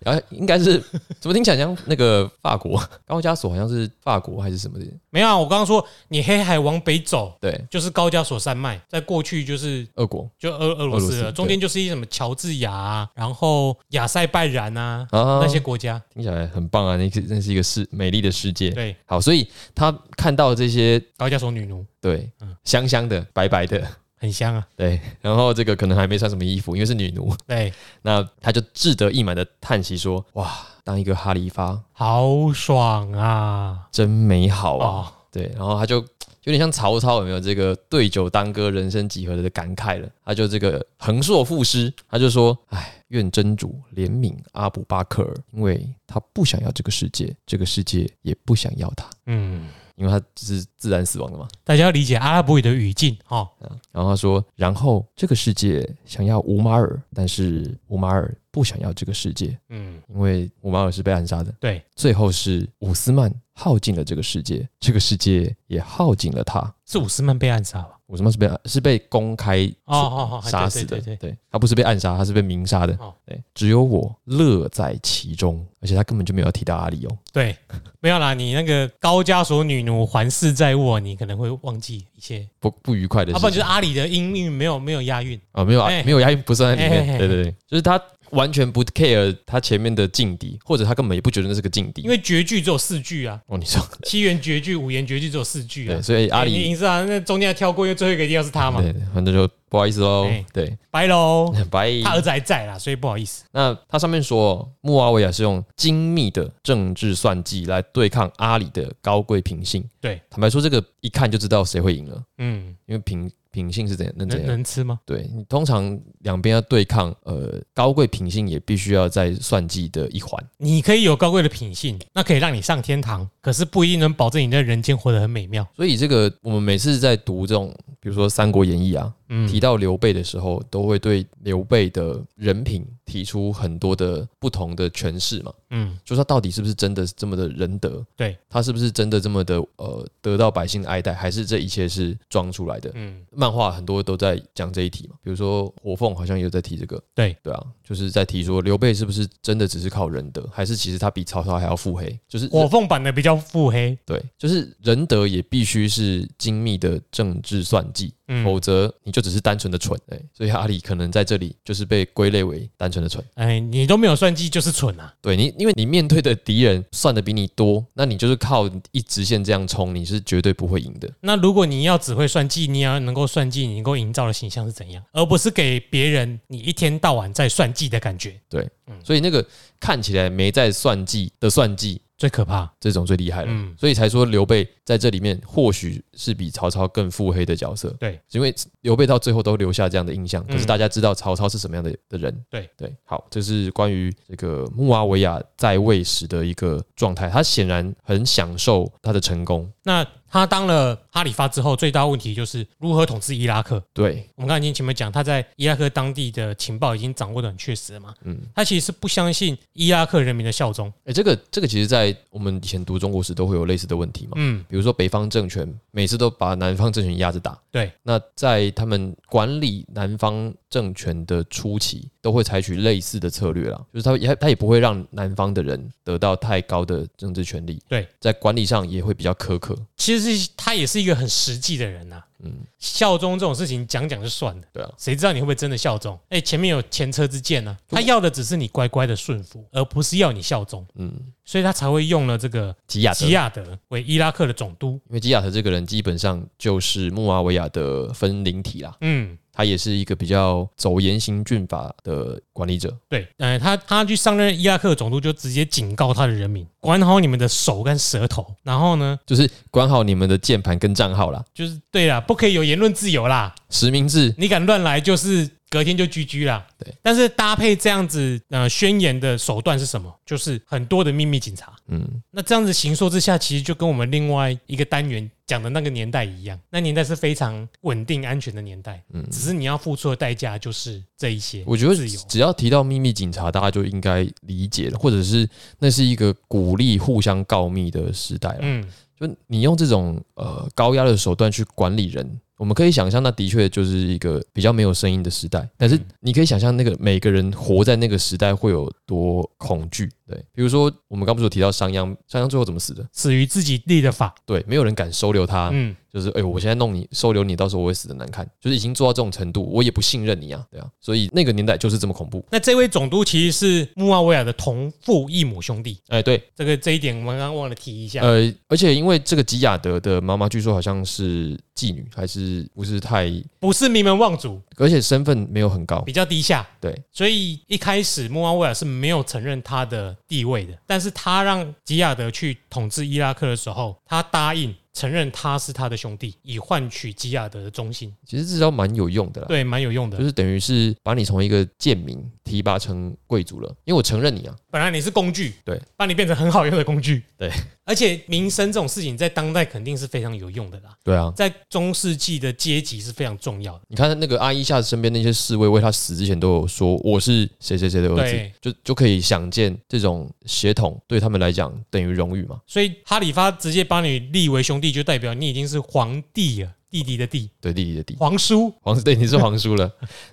Speaker 2: 然后应该是怎么听起来像那个法国高加索，好像是法国还是什么的？
Speaker 1: 没有啊，我刚刚说你黑海往北走
Speaker 2: 对，
Speaker 1: 就是高加索山脉，再过去就是
Speaker 2: 俄国
Speaker 1: 就俄俄罗斯
Speaker 2: 俄罗斯
Speaker 1: 了，
Speaker 2: 对
Speaker 1: 中间就是一什么乔治亚啊，然后亚塞拜然啊
Speaker 2: 啊，
Speaker 1: 那些国家，
Speaker 2: 听起来很棒啊！那是那是一个世美丽的世界。
Speaker 1: 对，
Speaker 2: 好，所以他看到这些
Speaker 1: 高加索女奴
Speaker 2: 对
Speaker 1: 嗯
Speaker 2: 香香的、白白的，
Speaker 1: 很香啊，
Speaker 2: 对，然后这个可能还没穿什么衣服，因为是女奴，
Speaker 1: 对，
Speaker 2: 那他就志得意满的叹息说：“哇，当一个哈利发
Speaker 1: 好爽啊，
Speaker 2: 真美好啊！”
Speaker 1: 哦，
Speaker 2: 对，然后他就有点像曹操有没有这个对酒当歌，人生几何的感慨了，他就这个横槊赋诗，他就说：“哎，愿真主怜悯阿卜巴克尔，因为他不想要这个世界，这个世界也不想要他，
Speaker 1: 嗯，
Speaker 2: 因为他是自然死亡的嘛。”
Speaker 1: 大家要理解阿拉伯语的语境哦，
Speaker 2: 然后他说：“然后这个世界想要乌马尔，但是乌马尔不想要这个世界，
Speaker 1: 嗯，
Speaker 2: 因为乌马尔是被暗杀的。”
Speaker 1: 对，
Speaker 2: 最后是伍斯曼耗尽了这个世界，这个世界也耗尽了他。
Speaker 1: 是伍斯曼被暗杀吧？
Speaker 2: 伍斯曼是被是被公开
Speaker 1: 哦哦哦，
Speaker 2: 杀死的，
Speaker 1: 对对对对，
Speaker 2: 他不是被暗杀，他是被明杀的。
Speaker 1: 哦
Speaker 2: 对，只有我乐在其中，而且他根本就没有提到阿里哦。
Speaker 1: 对，没有啦，你那个高加索女奴环视在握，你可能会忘记一些，
Speaker 2: 不不愉快的
Speaker 1: 要、
Speaker 2: 事
Speaker 1: 啊不然
Speaker 2: 情
Speaker 1: 就是阿里的音韵没有没有押韵，
Speaker 2: 啊，没有啊，
Speaker 1: 哎
Speaker 2: 没有押韵不算在里面。
Speaker 1: 哎哎哎
Speaker 2: 对对对，就是他完全不 care 他前面的劲敌，或者他根本也不觉得那是个劲敌。
Speaker 1: 因为绝句只有四句啊，
Speaker 2: 哦，
Speaker 1: [laughs]
Speaker 2: 你说
Speaker 1: 七言绝句、五言绝句只有四句啊
Speaker 2: 对，。所以阿
Speaker 1: 哎你
Speaker 2: 里、
Speaker 1: 银色啊，那中间要跳过，因为最后一个一定要是他嘛，
Speaker 2: 对，反正就不好意思喽
Speaker 1: 哎。
Speaker 2: 对，
Speaker 1: 拜
Speaker 2: [laughs]
Speaker 1: 喽。
Speaker 2: 拜。
Speaker 1: 他儿子还在啦，所以不好意思。
Speaker 2: 那它上面说，穆阿维亚是用精密的政治算计来对抗阿里的高贵品性。
Speaker 1: 对，
Speaker 2: 坦白说，这个一看就知道谁会赢了，
Speaker 1: 嗯，
Speaker 2: 因为品品性是怎样能怎
Speaker 1: 能
Speaker 2: 样。
Speaker 1: 能吃吗？
Speaker 2: 对啊你通常两边要对抗，呃，高贵品性也必须要在算计的一环。
Speaker 1: 你可以有高贵的品性，那可以让你上天堂，可是不一定能保证你在人间活得很美妙。
Speaker 2: 所以这个我们每次在读这种，比如说《三国演义》啊，
Speaker 1: 嗯
Speaker 2: 提到刘备的时候，都会对刘备的人品提出很多的不同的诠释嘛。
Speaker 1: 嗯，
Speaker 2: 就是他到底是不是真的这么的仁德？
Speaker 1: 对，
Speaker 2: 他是不是真的这么的呃得到百姓的爱戴，还是这一切是装出来的？
Speaker 1: 嗯，
Speaker 2: 漫画很多都在讲这一题嘛，比如说火凤好像也有在提这个，
Speaker 1: 对
Speaker 2: 对啊，就是在提说刘备是不是真的只是靠仁德，还是其实他比曹操还要腹黑？就是
Speaker 1: 嗯火凤版的比较腹黑，
Speaker 2: 对，就是仁德也必须是精密的政治算计，
Speaker 1: 嗯，
Speaker 2: 否则你就只是单纯的蠢。哎、所以阿里可能在这里就是被归类为单纯的蠢。
Speaker 1: 哎，你都没有算计就是蠢啊。
Speaker 2: 对你，因为你面对的敌人算的比你多，那你就是靠一直线这样冲，你是绝对不会赢的。
Speaker 1: 那如果你要只会算计，你也要能够算计，你能够营造的形象是怎样，而不是给别人你一天到晚在算计的感觉。
Speaker 2: 对，所以那个看起来没在算计的算计，
Speaker 1: 最可怕。
Speaker 2: 这种最厉害了。
Speaker 1: 嗯，
Speaker 2: 所以才说刘备在这里面或许是比曹操更腹黑的角色，
Speaker 1: 对，
Speaker 2: 因为刘备到最后都留下这样的印象，
Speaker 1: 嗯
Speaker 2: 可是大家知道曹操是什么样的的人，
Speaker 1: 对
Speaker 2: 对，好，这是关于这个穆阿维亚在位时的一个状态，他显然很享受他的成功，
Speaker 1: 那他当了哈里发之后，最大问题就是如何统治伊拉克。
Speaker 2: 对，
Speaker 1: 我们刚才已经前面讲，他在伊拉克当地的情报已经掌握的很确实了嘛。
Speaker 2: 嗯，
Speaker 1: 他其实是不相信伊拉克人民的效忠。
Speaker 2: 哎，这个这个其实，在我们以前读中国史都会有类似的问题嘛，
Speaker 1: 嗯，
Speaker 2: 比如说北方政权每次都把南方政权压着打，
Speaker 1: 对，
Speaker 2: 那在他们管理南方政权的初期，都会采取类似的策略啦，就是他也他也不会让南方的人得到太高的政治权利，
Speaker 1: 对，
Speaker 2: 在管理上也会比较苛刻，
Speaker 1: 其实是他也是一个很实际的人呐、
Speaker 2: 嗯，
Speaker 1: 效忠这种事情讲讲就算了，
Speaker 2: 对啊，
Speaker 1: 谁知道你会不会真的效忠？哎，前面有前车之鉴呢、他要的只是你乖乖的顺服，而不是要你效忠，
Speaker 2: 嗯，
Speaker 1: 所以他才会用了这个
Speaker 2: 吉亚德，
Speaker 1: 吉亚德为伊拉克的总督。
Speaker 2: 因为吉亚德这个人基本上就是穆阿维亚的分灵体啦，
Speaker 1: 嗯，
Speaker 2: 他也是一个比较走严刑峻法的管理者，
Speaker 1: 对，呃，他他去上任伊拉克的总督就直接警告他的人民，管好你们的手跟舌头，然后呢，
Speaker 2: 就是管好你们的键盘跟账号啦，
Speaker 1: 就是对啦，不可以有言论自由啦，
Speaker 2: 实名制，
Speaker 1: 你敢乱来，就是隔天就居居啦。
Speaker 2: 对，
Speaker 1: 但是搭配这样子呃宣言的手段是什么？就是很多的秘密警察。
Speaker 2: 嗯，
Speaker 1: 那这样子行说之下，其实就跟我们另外一个单元讲的那个年代一样，那年代是非常稳定安全的年代，
Speaker 2: 嗯
Speaker 1: 只是你要付出的代价就是这一些。
Speaker 2: 我觉得啊
Speaker 1: 自由
Speaker 2: 只要提到秘密警察，大家就应该理解了，或者是那是一个鼓励互相告密的时代了。
Speaker 1: 嗯，
Speaker 2: 就你用这种呃高压的手段去管理人，我们可以想象，那的确就是一个比较没有声音的时代。
Speaker 1: 嗯
Speaker 2: 但是你可以想象，那个每个人活在那个时代会有多恐惧。对，比如说我们刚不是有提到商鞅，商鞅最后怎么死的？
Speaker 1: 死于自己立的法。
Speaker 2: 对，没有人敢收留他，
Speaker 1: 嗯，
Speaker 2: 就是哎、我现在弄你收留你，到时候我会死的难看。就是已经做到这种程度，我也不信任你啊，对啊。所以那个年代就是这么恐怖。
Speaker 1: 那这位总督其实是穆阿维亚的同父异母兄弟，
Speaker 2: 哎、对，
Speaker 1: 这个这一点我们刚刚忘了提一下。
Speaker 2: 呃，而且因为这个吉雅德的妈妈，据说好像是妓女，还是不是太，
Speaker 1: 不是名门望族，
Speaker 2: 而且身份没有很高
Speaker 1: 比。较低下，
Speaker 2: 对，
Speaker 1: 所以一开始穆阿维尔是没有承认他的地位的，但是他让吉亚德去统治伊拉克的时候，他答应承认他是他的兄弟，以换取吉亚德的忠心，
Speaker 2: 其实这招蛮有用的啦，
Speaker 1: 对，蛮有用
Speaker 2: 就
Speaker 1: 的。
Speaker 2: 是等于是把你从一个贱民提拔成贵族了，因为我承认你啊，
Speaker 1: 本来你是工具，
Speaker 2: 对，
Speaker 1: 把你变成很好用的工具，
Speaker 2: 对。
Speaker 1: 而且民生这种事情在当代肯定是非常有用的啦，
Speaker 2: 对啊。
Speaker 1: 在中世纪的阶级是非常重要的。
Speaker 2: 你看那个阿伊夏身边那些侍卫，为他死之前都有说我是谁谁谁的儿
Speaker 1: 对
Speaker 2: 子，就就可以想见这种血统对他们来讲等于荣誉嘛。
Speaker 1: 所以哈里发直接把你立为兄弟，就代表你已经是皇帝了，弟弟的弟，
Speaker 2: 对弟弟的弟，
Speaker 1: 皇叔。
Speaker 2: 皇对你是皇叔
Speaker 1: [laughs]
Speaker 2: 了。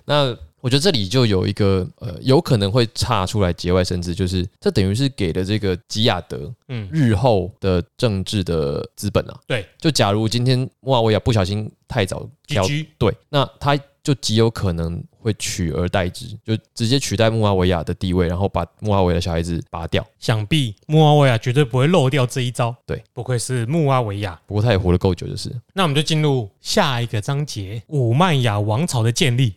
Speaker 2: 那我觉得这里就有一个呃，有可能会岔出来节外生枝，就是这等于是给了这个吉亚德
Speaker 1: 嗯，
Speaker 2: 日后的政治的资本啊。
Speaker 1: 对，
Speaker 2: 就假如今天莫阿维亚不小心太早
Speaker 1: 居
Speaker 2: 跳，
Speaker 1: 居，
Speaker 2: 对，那他就极有可能会取而代之，就直接取代穆阿维亚的地位，然后把穆阿维亚的小孩子拔掉。
Speaker 1: 想必穆阿维亚绝对不会漏掉这一招。
Speaker 2: 对，
Speaker 1: 不愧是穆阿维亚。
Speaker 2: 不过他也活得够久，就是
Speaker 1: 那我们就进入下一个章节——武曼雅王朝的建立。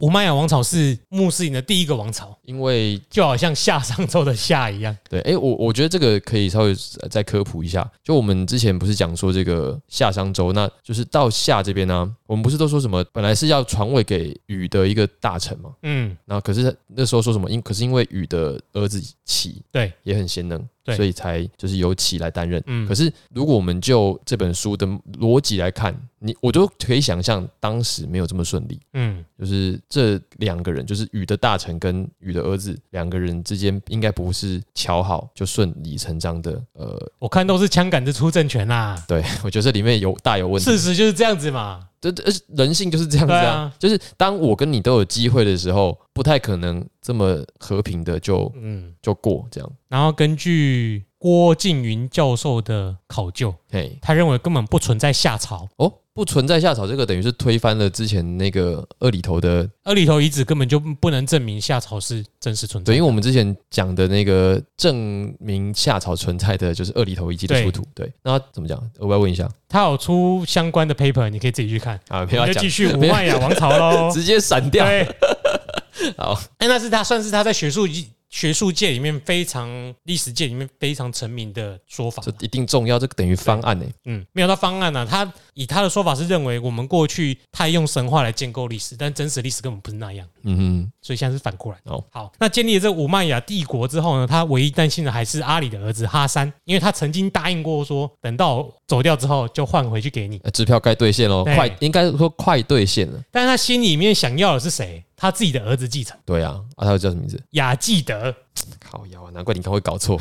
Speaker 1: 武曼雅王朝是穆斯林的第一个王朝，
Speaker 2: 因为
Speaker 1: 就好像夏商周的夏一样。
Speaker 2: 对，哎、我我觉得这个可以稍微再科普一下。就我们之前不是讲说这个夏商周，那就是到夏这边呢、我们不是都说什么本来是要传位给禹的一个大臣嘛？
Speaker 1: 嗯，
Speaker 2: 那可是那时候说什么？因可是因为禹的儿子启
Speaker 1: 对，
Speaker 2: 也很贤能，
Speaker 1: 对
Speaker 2: 所以才就是由启来担任。
Speaker 1: 嗯
Speaker 2: 可是如果我们就这本书的逻辑来看，你我都可以想象当时没有这么顺利。
Speaker 1: 嗯，
Speaker 2: 就是这两个人，就是禹的大臣跟禹的儿子两个人之间，应该不是瞧好就顺理成章的。呃，
Speaker 1: 我看都是枪杆子出政权啦。
Speaker 2: 对 [laughs] 我觉得这里面有大有问题
Speaker 1: 事。实就是这样子嘛。
Speaker 2: 这这人性就是这样子
Speaker 1: 对
Speaker 2: 啊
Speaker 1: 啊，
Speaker 2: 就是当我跟你都有机会的时候，不太可能这么和平的就
Speaker 1: 嗯，
Speaker 2: 就过这样。
Speaker 1: 然后根据郭靖云教授的考究，
Speaker 2: 嘿，
Speaker 1: 他认为根本不存在夏朝，
Speaker 2: 哦，不存在夏朝这个，等于是推翻了之前那个二里头的。
Speaker 1: 二里头遗址根本就不能证明夏朝是真实存在
Speaker 2: 对，
Speaker 1: 的
Speaker 2: 因。为我们之前讲的那个证明夏朝存在的就是二里头遗迹的
Speaker 1: 对
Speaker 2: 出土。对，那怎么讲？我要问一下
Speaker 1: 他有出相关的 paper，你可以自己去看。
Speaker 2: 啊，没
Speaker 1: 我们
Speaker 2: 有要
Speaker 1: 就
Speaker 2: 讲 [laughs]
Speaker 1: 继续武
Speaker 2: 没有
Speaker 1: 曼雅王朝喽。
Speaker 2: 直接闪掉。
Speaker 1: 哦对，
Speaker 2: 好，
Speaker 1: 哎，那是他算是他在学术学术界里面非常历史界里面非常成名的说法
Speaker 2: 这。一定重要，这个等于方案呢、欸
Speaker 1: 嗯，没有到方案呢、啊，他以他的说法是认为我们过去太用神话来建构历史，但真实历史根本不是那样。
Speaker 2: 嗯
Speaker 1: 所以现在是反过来。
Speaker 2: 哦
Speaker 1: 好，那建立了这武曼雅帝国之后呢，他唯一担心的还是阿里的儿子哈山，因为他曾经答应过说，等到我走掉之后就换回去给你。
Speaker 2: 哼，呃支票该兑现喽，
Speaker 1: 对
Speaker 2: 快应该说快兑现了。
Speaker 1: 但是他心里面想要的是谁？他自己的儿子继承
Speaker 2: 对啊，啊，他叫什么名字？
Speaker 1: 雅纪德。
Speaker 2: 靠腰啊，难怪你刚会搞错，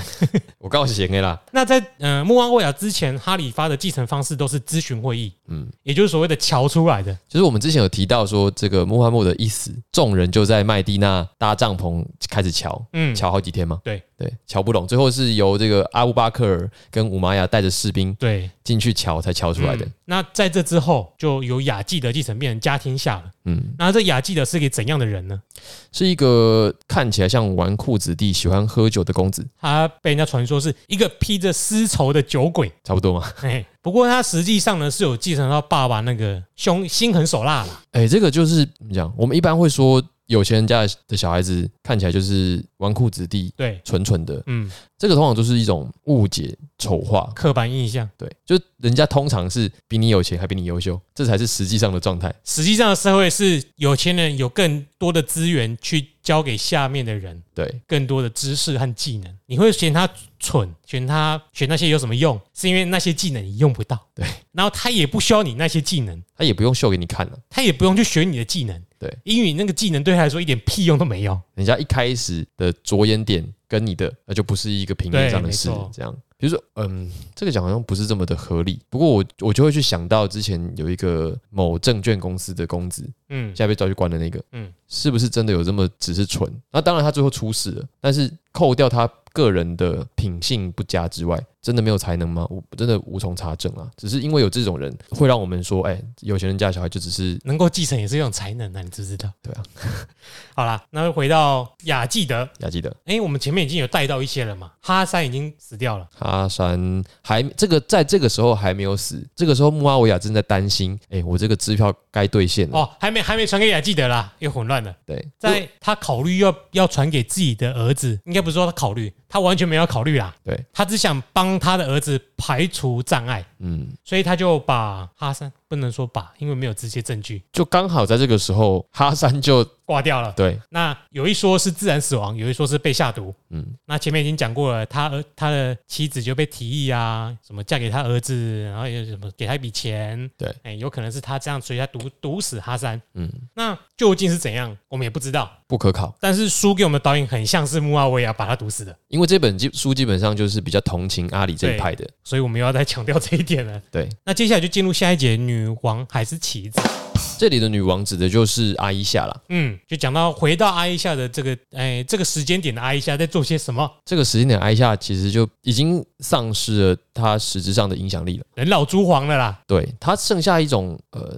Speaker 2: 我告诉你的啦。
Speaker 1: 那在呃穆阿维亚之前，哈里发的继承方式都是咨询会议，
Speaker 2: 嗯，
Speaker 1: 也就是所谓的瞧出来的。
Speaker 2: 就是我们之前有提到说，这个穆罕默德一死，众人就在麦地那搭帐篷开始瞧，
Speaker 1: 嗯，
Speaker 2: 瞧好几天嘛。
Speaker 1: 对
Speaker 2: 对，瞧不懂，最后是由这个阿布巴克尔跟五玛雅带着士兵
Speaker 1: 对
Speaker 2: 进去瞧，才瞧出来的。
Speaker 1: 嗯那在这之后，就由雅纪德继承变成家天下了。
Speaker 2: 嗯，
Speaker 1: 那这雅纪德是个怎样的人呢？
Speaker 2: 是一个看起来像纨绔子弟、喜欢喝酒的公子，
Speaker 1: 他被人家传说是一个披着丝绸的酒鬼。
Speaker 2: 差不多嘛。
Speaker 1: 哎，不过他实际上呢是有继承到爸爸那个凶心狠手辣啦。
Speaker 2: 哎、这个就是怎么讲？我们一般会说，有钱人家的小孩子看起来就是纨绔子弟、
Speaker 1: 对，
Speaker 2: 蠢蠢的，
Speaker 1: 嗯，
Speaker 2: 这个通常就是一种误解、丑化。
Speaker 1: 刻板印象。
Speaker 2: 对，就人家通常是比你有钱，还比你优秀，这才是实际上的状态。
Speaker 1: 实际上的社会是有钱人有更多的资源去交给下面的人，
Speaker 2: 对，
Speaker 1: 更多的知识和技能。你会嫌他蠢，嫌他选那些有什么用？是因为那些技能你用不到。
Speaker 2: 对，
Speaker 1: 然后他也不需要你那些技能，
Speaker 2: 他也不用秀给你看了、
Speaker 1: 他也不用去学你的技能。
Speaker 2: 对，
Speaker 1: 因为你那个技能对他来说一点屁用都没有。
Speaker 2: 人家一开始的着眼点跟你的，那就不是一个平面上的事
Speaker 1: 对没错，
Speaker 2: 这样。比如说，嗯，这个讲好像不是这么的合理。不过我我就会去想到之前有一个某证券公司的公子，
Speaker 1: 嗯
Speaker 2: 现在被抓去关的那个，
Speaker 1: 嗯
Speaker 2: 嗯，是不是真的有这么只是蠢？那当然他最后出事了，但是扣掉他个人的品性不佳之外，真的没有才能吗？我真的无从查证啊。只是因为有这种人，会让我们说，哎、有钱人家的小孩就只是
Speaker 1: 能够继承也是一种才能啊，你知不知道？
Speaker 2: 对啊。
Speaker 1: [laughs] 好啦，那就回到雅纪德，
Speaker 2: 要记得
Speaker 1: 哎、我们前面已经有带到一些了嘛，哈山已经死掉了，
Speaker 2: 哈山还这个在这个时候还没有死，这个时候穆阿维亚正在担心，哎、我这个支票该兑现了。
Speaker 1: 哦，还没还没传给雅纪德啦，又混乱了。
Speaker 2: 对，
Speaker 1: 在他考虑要要传给自己的儿子，应该不是说他考虑，他完全没有考虑啦，
Speaker 2: 对，
Speaker 1: 他只想帮他的儿子排除障碍，
Speaker 2: 嗯，
Speaker 1: 所以他就把哈山不能说把，因为没有直接证据
Speaker 2: 就刚好在这个时候，哈山就
Speaker 1: 挂掉了。
Speaker 2: 对，
Speaker 1: 那有一说是自然死亡，有一说是被下毒。
Speaker 2: 嗯，
Speaker 1: 那前面已经讲过了，他儿他的妻子就被提议啊，什么嫁给他儿子，然后有什么给他一笔钱，
Speaker 2: 对
Speaker 1: 哎、有可能是他这样，所以他毒毒死哈山。
Speaker 2: 嗯，
Speaker 1: 那究竟是怎样，我们也不知道。
Speaker 2: 不可考。
Speaker 1: 但是书给我们的导演很像是穆阿维亚把他毒死的，
Speaker 2: 因为这本基书基本上就是比较同情阿里这一派的，
Speaker 1: 所以我们又要再强调这一点了。 [laughs]
Speaker 2: 对，
Speaker 1: 那接下来就进入下一节，女王还是棋子。
Speaker 2: 这里的女王指的就是阿伊夏啦。
Speaker 1: 嗯，就讲到回到阿伊夏的这个，哎、这个时间点的阿伊夏在做些什么？
Speaker 2: 这个时间点，阿伊夏其实就已经丧失了她实质上的影响力了。
Speaker 1: 人老珠黄了啦，
Speaker 2: 对她剩下一种呃，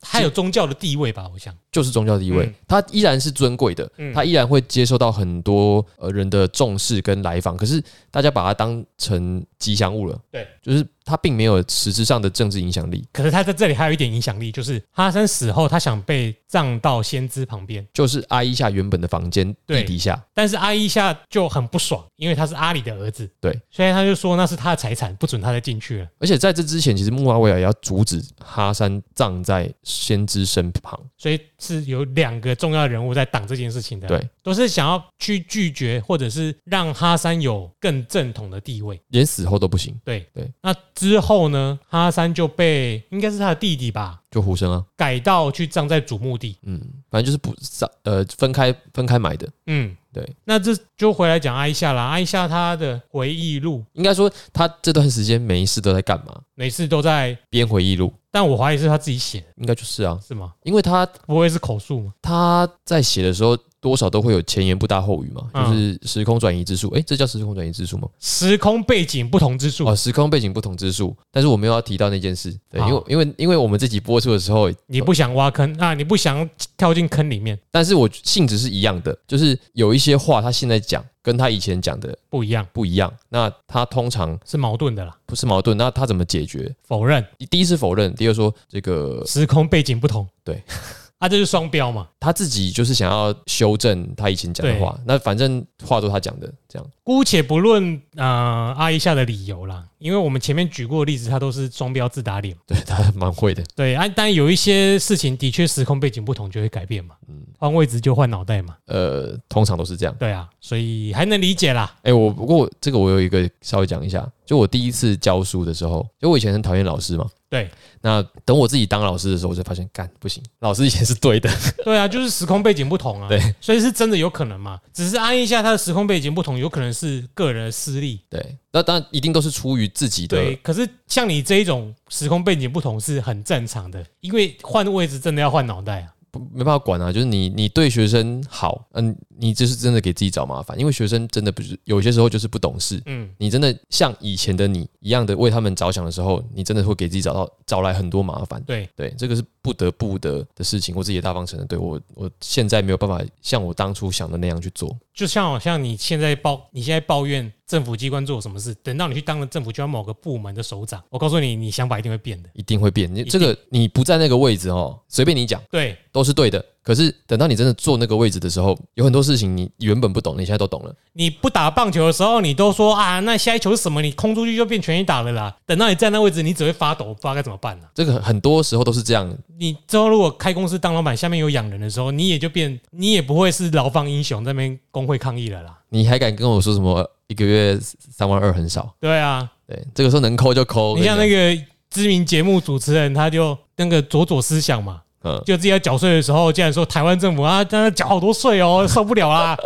Speaker 1: 他有宗教的地位吧？我想。
Speaker 2: 就是宗教地位
Speaker 1: 嗯，
Speaker 2: 她、依然是尊贵的
Speaker 1: 嗯，
Speaker 2: 她、依然会接受到很多呃人的重视跟来访。可是大家把她当成吉祥物了，
Speaker 1: 对，
Speaker 2: 就是她并没有实质上的政治影响力，
Speaker 1: 可是他在这里还有一点影响力，就是哈森死后，他想被葬到先知旁边，
Speaker 2: 就是阿伊夏原本的房间
Speaker 1: 对
Speaker 2: 地底下，
Speaker 1: 但是阿伊夏就很不爽，因为他是阿里的儿子，
Speaker 2: 对，
Speaker 1: 所以他就说那是他的财产，不准他再进去了。
Speaker 2: 而且在这之前，其实穆阿维尔也要阻止哈山葬在先知身旁。
Speaker 1: 所以是有两个重要人物在挡这件事情的，
Speaker 2: 对，
Speaker 1: 都是想要去拒绝，或者是让哈山有更正统的地位。
Speaker 2: 连死后都不行，
Speaker 1: 对
Speaker 2: 对，
Speaker 1: 那之后呢，哈山就被应该是他的弟弟吧，
Speaker 2: 就胡生啊，
Speaker 1: 改到去葬在主墓地。
Speaker 2: 嗯，反正就是不上呃分开分开买的，
Speaker 1: 嗯，
Speaker 2: 对。
Speaker 1: 那这就回来讲艾夏啦，艾夏她的回忆录
Speaker 2: 应该说他这段时间每一次都在干嘛？
Speaker 1: 每次都在，
Speaker 2: 编回忆录，
Speaker 1: 但我怀疑是他自己写的，
Speaker 2: 应该就是啊，
Speaker 1: 是吗？
Speaker 2: 因为他
Speaker 1: 不会是口述吗？
Speaker 2: 他在写的时候多少都会有前言不搭后语嘛，
Speaker 1: 嗯
Speaker 2: 就是时空转移之术，诶，这叫时空转移之术吗？
Speaker 1: 时空背景不同之处，
Speaker 2: 哦，时空背景不同之术，但是我没有要提到那件事，对，因
Speaker 1: 好
Speaker 2: 为因为因为我们这集播出的时候
Speaker 1: 你不想挖坑啊，你不想跳进坑里面，
Speaker 2: 但是我性质是一样的，就是有一些话他现在讲跟他以前讲的
Speaker 1: 不一样，
Speaker 2: 不一样，那他通常
Speaker 1: 是矛盾的啦。
Speaker 2: 不是矛盾，那他怎么解决？
Speaker 1: 否认
Speaker 2: 第一是否认，第二说这个
Speaker 1: 时空背景不同，
Speaker 2: 呃对。
Speaker 1: [laughs] 啊，这是双标嘛。
Speaker 2: 他自己就是想要修正他以前讲的
Speaker 1: 对
Speaker 2: 话，那反正话都他讲的，这样 [laughs]
Speaker 1: 姑且不论呃阿一下的理由啦，因为我们前面举过的例子，他都是双标自打脸嘛。
Speaker 2: 对他蛮会的。
Speaker 1: 对啊，但有一些事情的确时空背景不同就会改变嘛，
Speaker 2: 嗯
Speaker 1: 换位置就换脑袋嘛，
Speaker 2: 呃，通常都是这样。
Speaker 1: 对啊，所以还能理解啦。
Speaker 2: 哎、我不过我这个我有一个稍微讲一下，就我第一次教书的时候，就我以前很讨厌老师嘛。
Speaker 1: 对，
Speaker 2: 那等我自己当老师的时候，我就发现干不行，老师以前是对的。 [laughs]
Speaker 1: 对啊，就是时空背景不同啊，
Speaker 2: 对，
Speaker 1: 所以是真的有可能嘛。只是安一下他的时空背景不同，有可能是个人的私利。
Speaker 2: 对，那当然一定都是出于自己的
Speaker 1: 对，可是像你这一种时空背景不同是很正常的，因为换位置真的要换脑袋啊。
Speaker 2: 不没办法管啊，就是你你对学生好，嗯，你这是真的给自己找麻烦，因为学生真的不是有些时候就是不懂事。
Speaker 1: 嗯，
Speaker 2: 你真的像以前的你一样的为他们着想的时候，你真的会给自己找到找来很多麻烦。
Speaker 1: 对，
Speaker 2: 对，这个是不得不的的事情，我自己也大方承认。对我，我现在没有办法像我当初想的那样去做。
Speaker 1: 就像好像你现在抱你现在抱怨政府机关做了什么事，等到你去当了政府机关某个部门的首长，我告诉你，你想法一定会变的。
Speaker 2: 一定会变。你
Speaker 1: 定
Speaker 2: 这个你不在那个位置哦，随便你讲
Speaker 1: 对，
Speaker 2: 都是对的。可是等到你真的坐那个位置的时候，有很多事情你原本不懂，你现在都懂了。
Speaker 1: 你不打棒球的时候，你都说啊，那下一球是什么？你空出去就变全垒打了啦。等到你站那位置，你只会发抖，不知道该怎么办了、
Speaker 2: 这个很多时候都是这样，
Speaker 1: 你之后如果开公司当老板，下面有养人的时候，你也就变，你也不会是劳方英雄在那边工会抗议了啦。
Speaker 2: 你还敢跟我说什么呃一个月三万二很少？
Speaker 1: 对啊，
Speaker 2: 对，这个时候能抠就抠。
Speaker 1: 你像那
Speaker 2: 个，
Speaker 1: 个知名节目主持人，他就那个左左思想嘛，
Speaker 2: 嗯，
Speaker 1: 就自己在缴税的时候，竟然说台湾政府啊，真的缴好多税
Speaker 2: [laughs]
Speaker 1: 哦，受不了啦。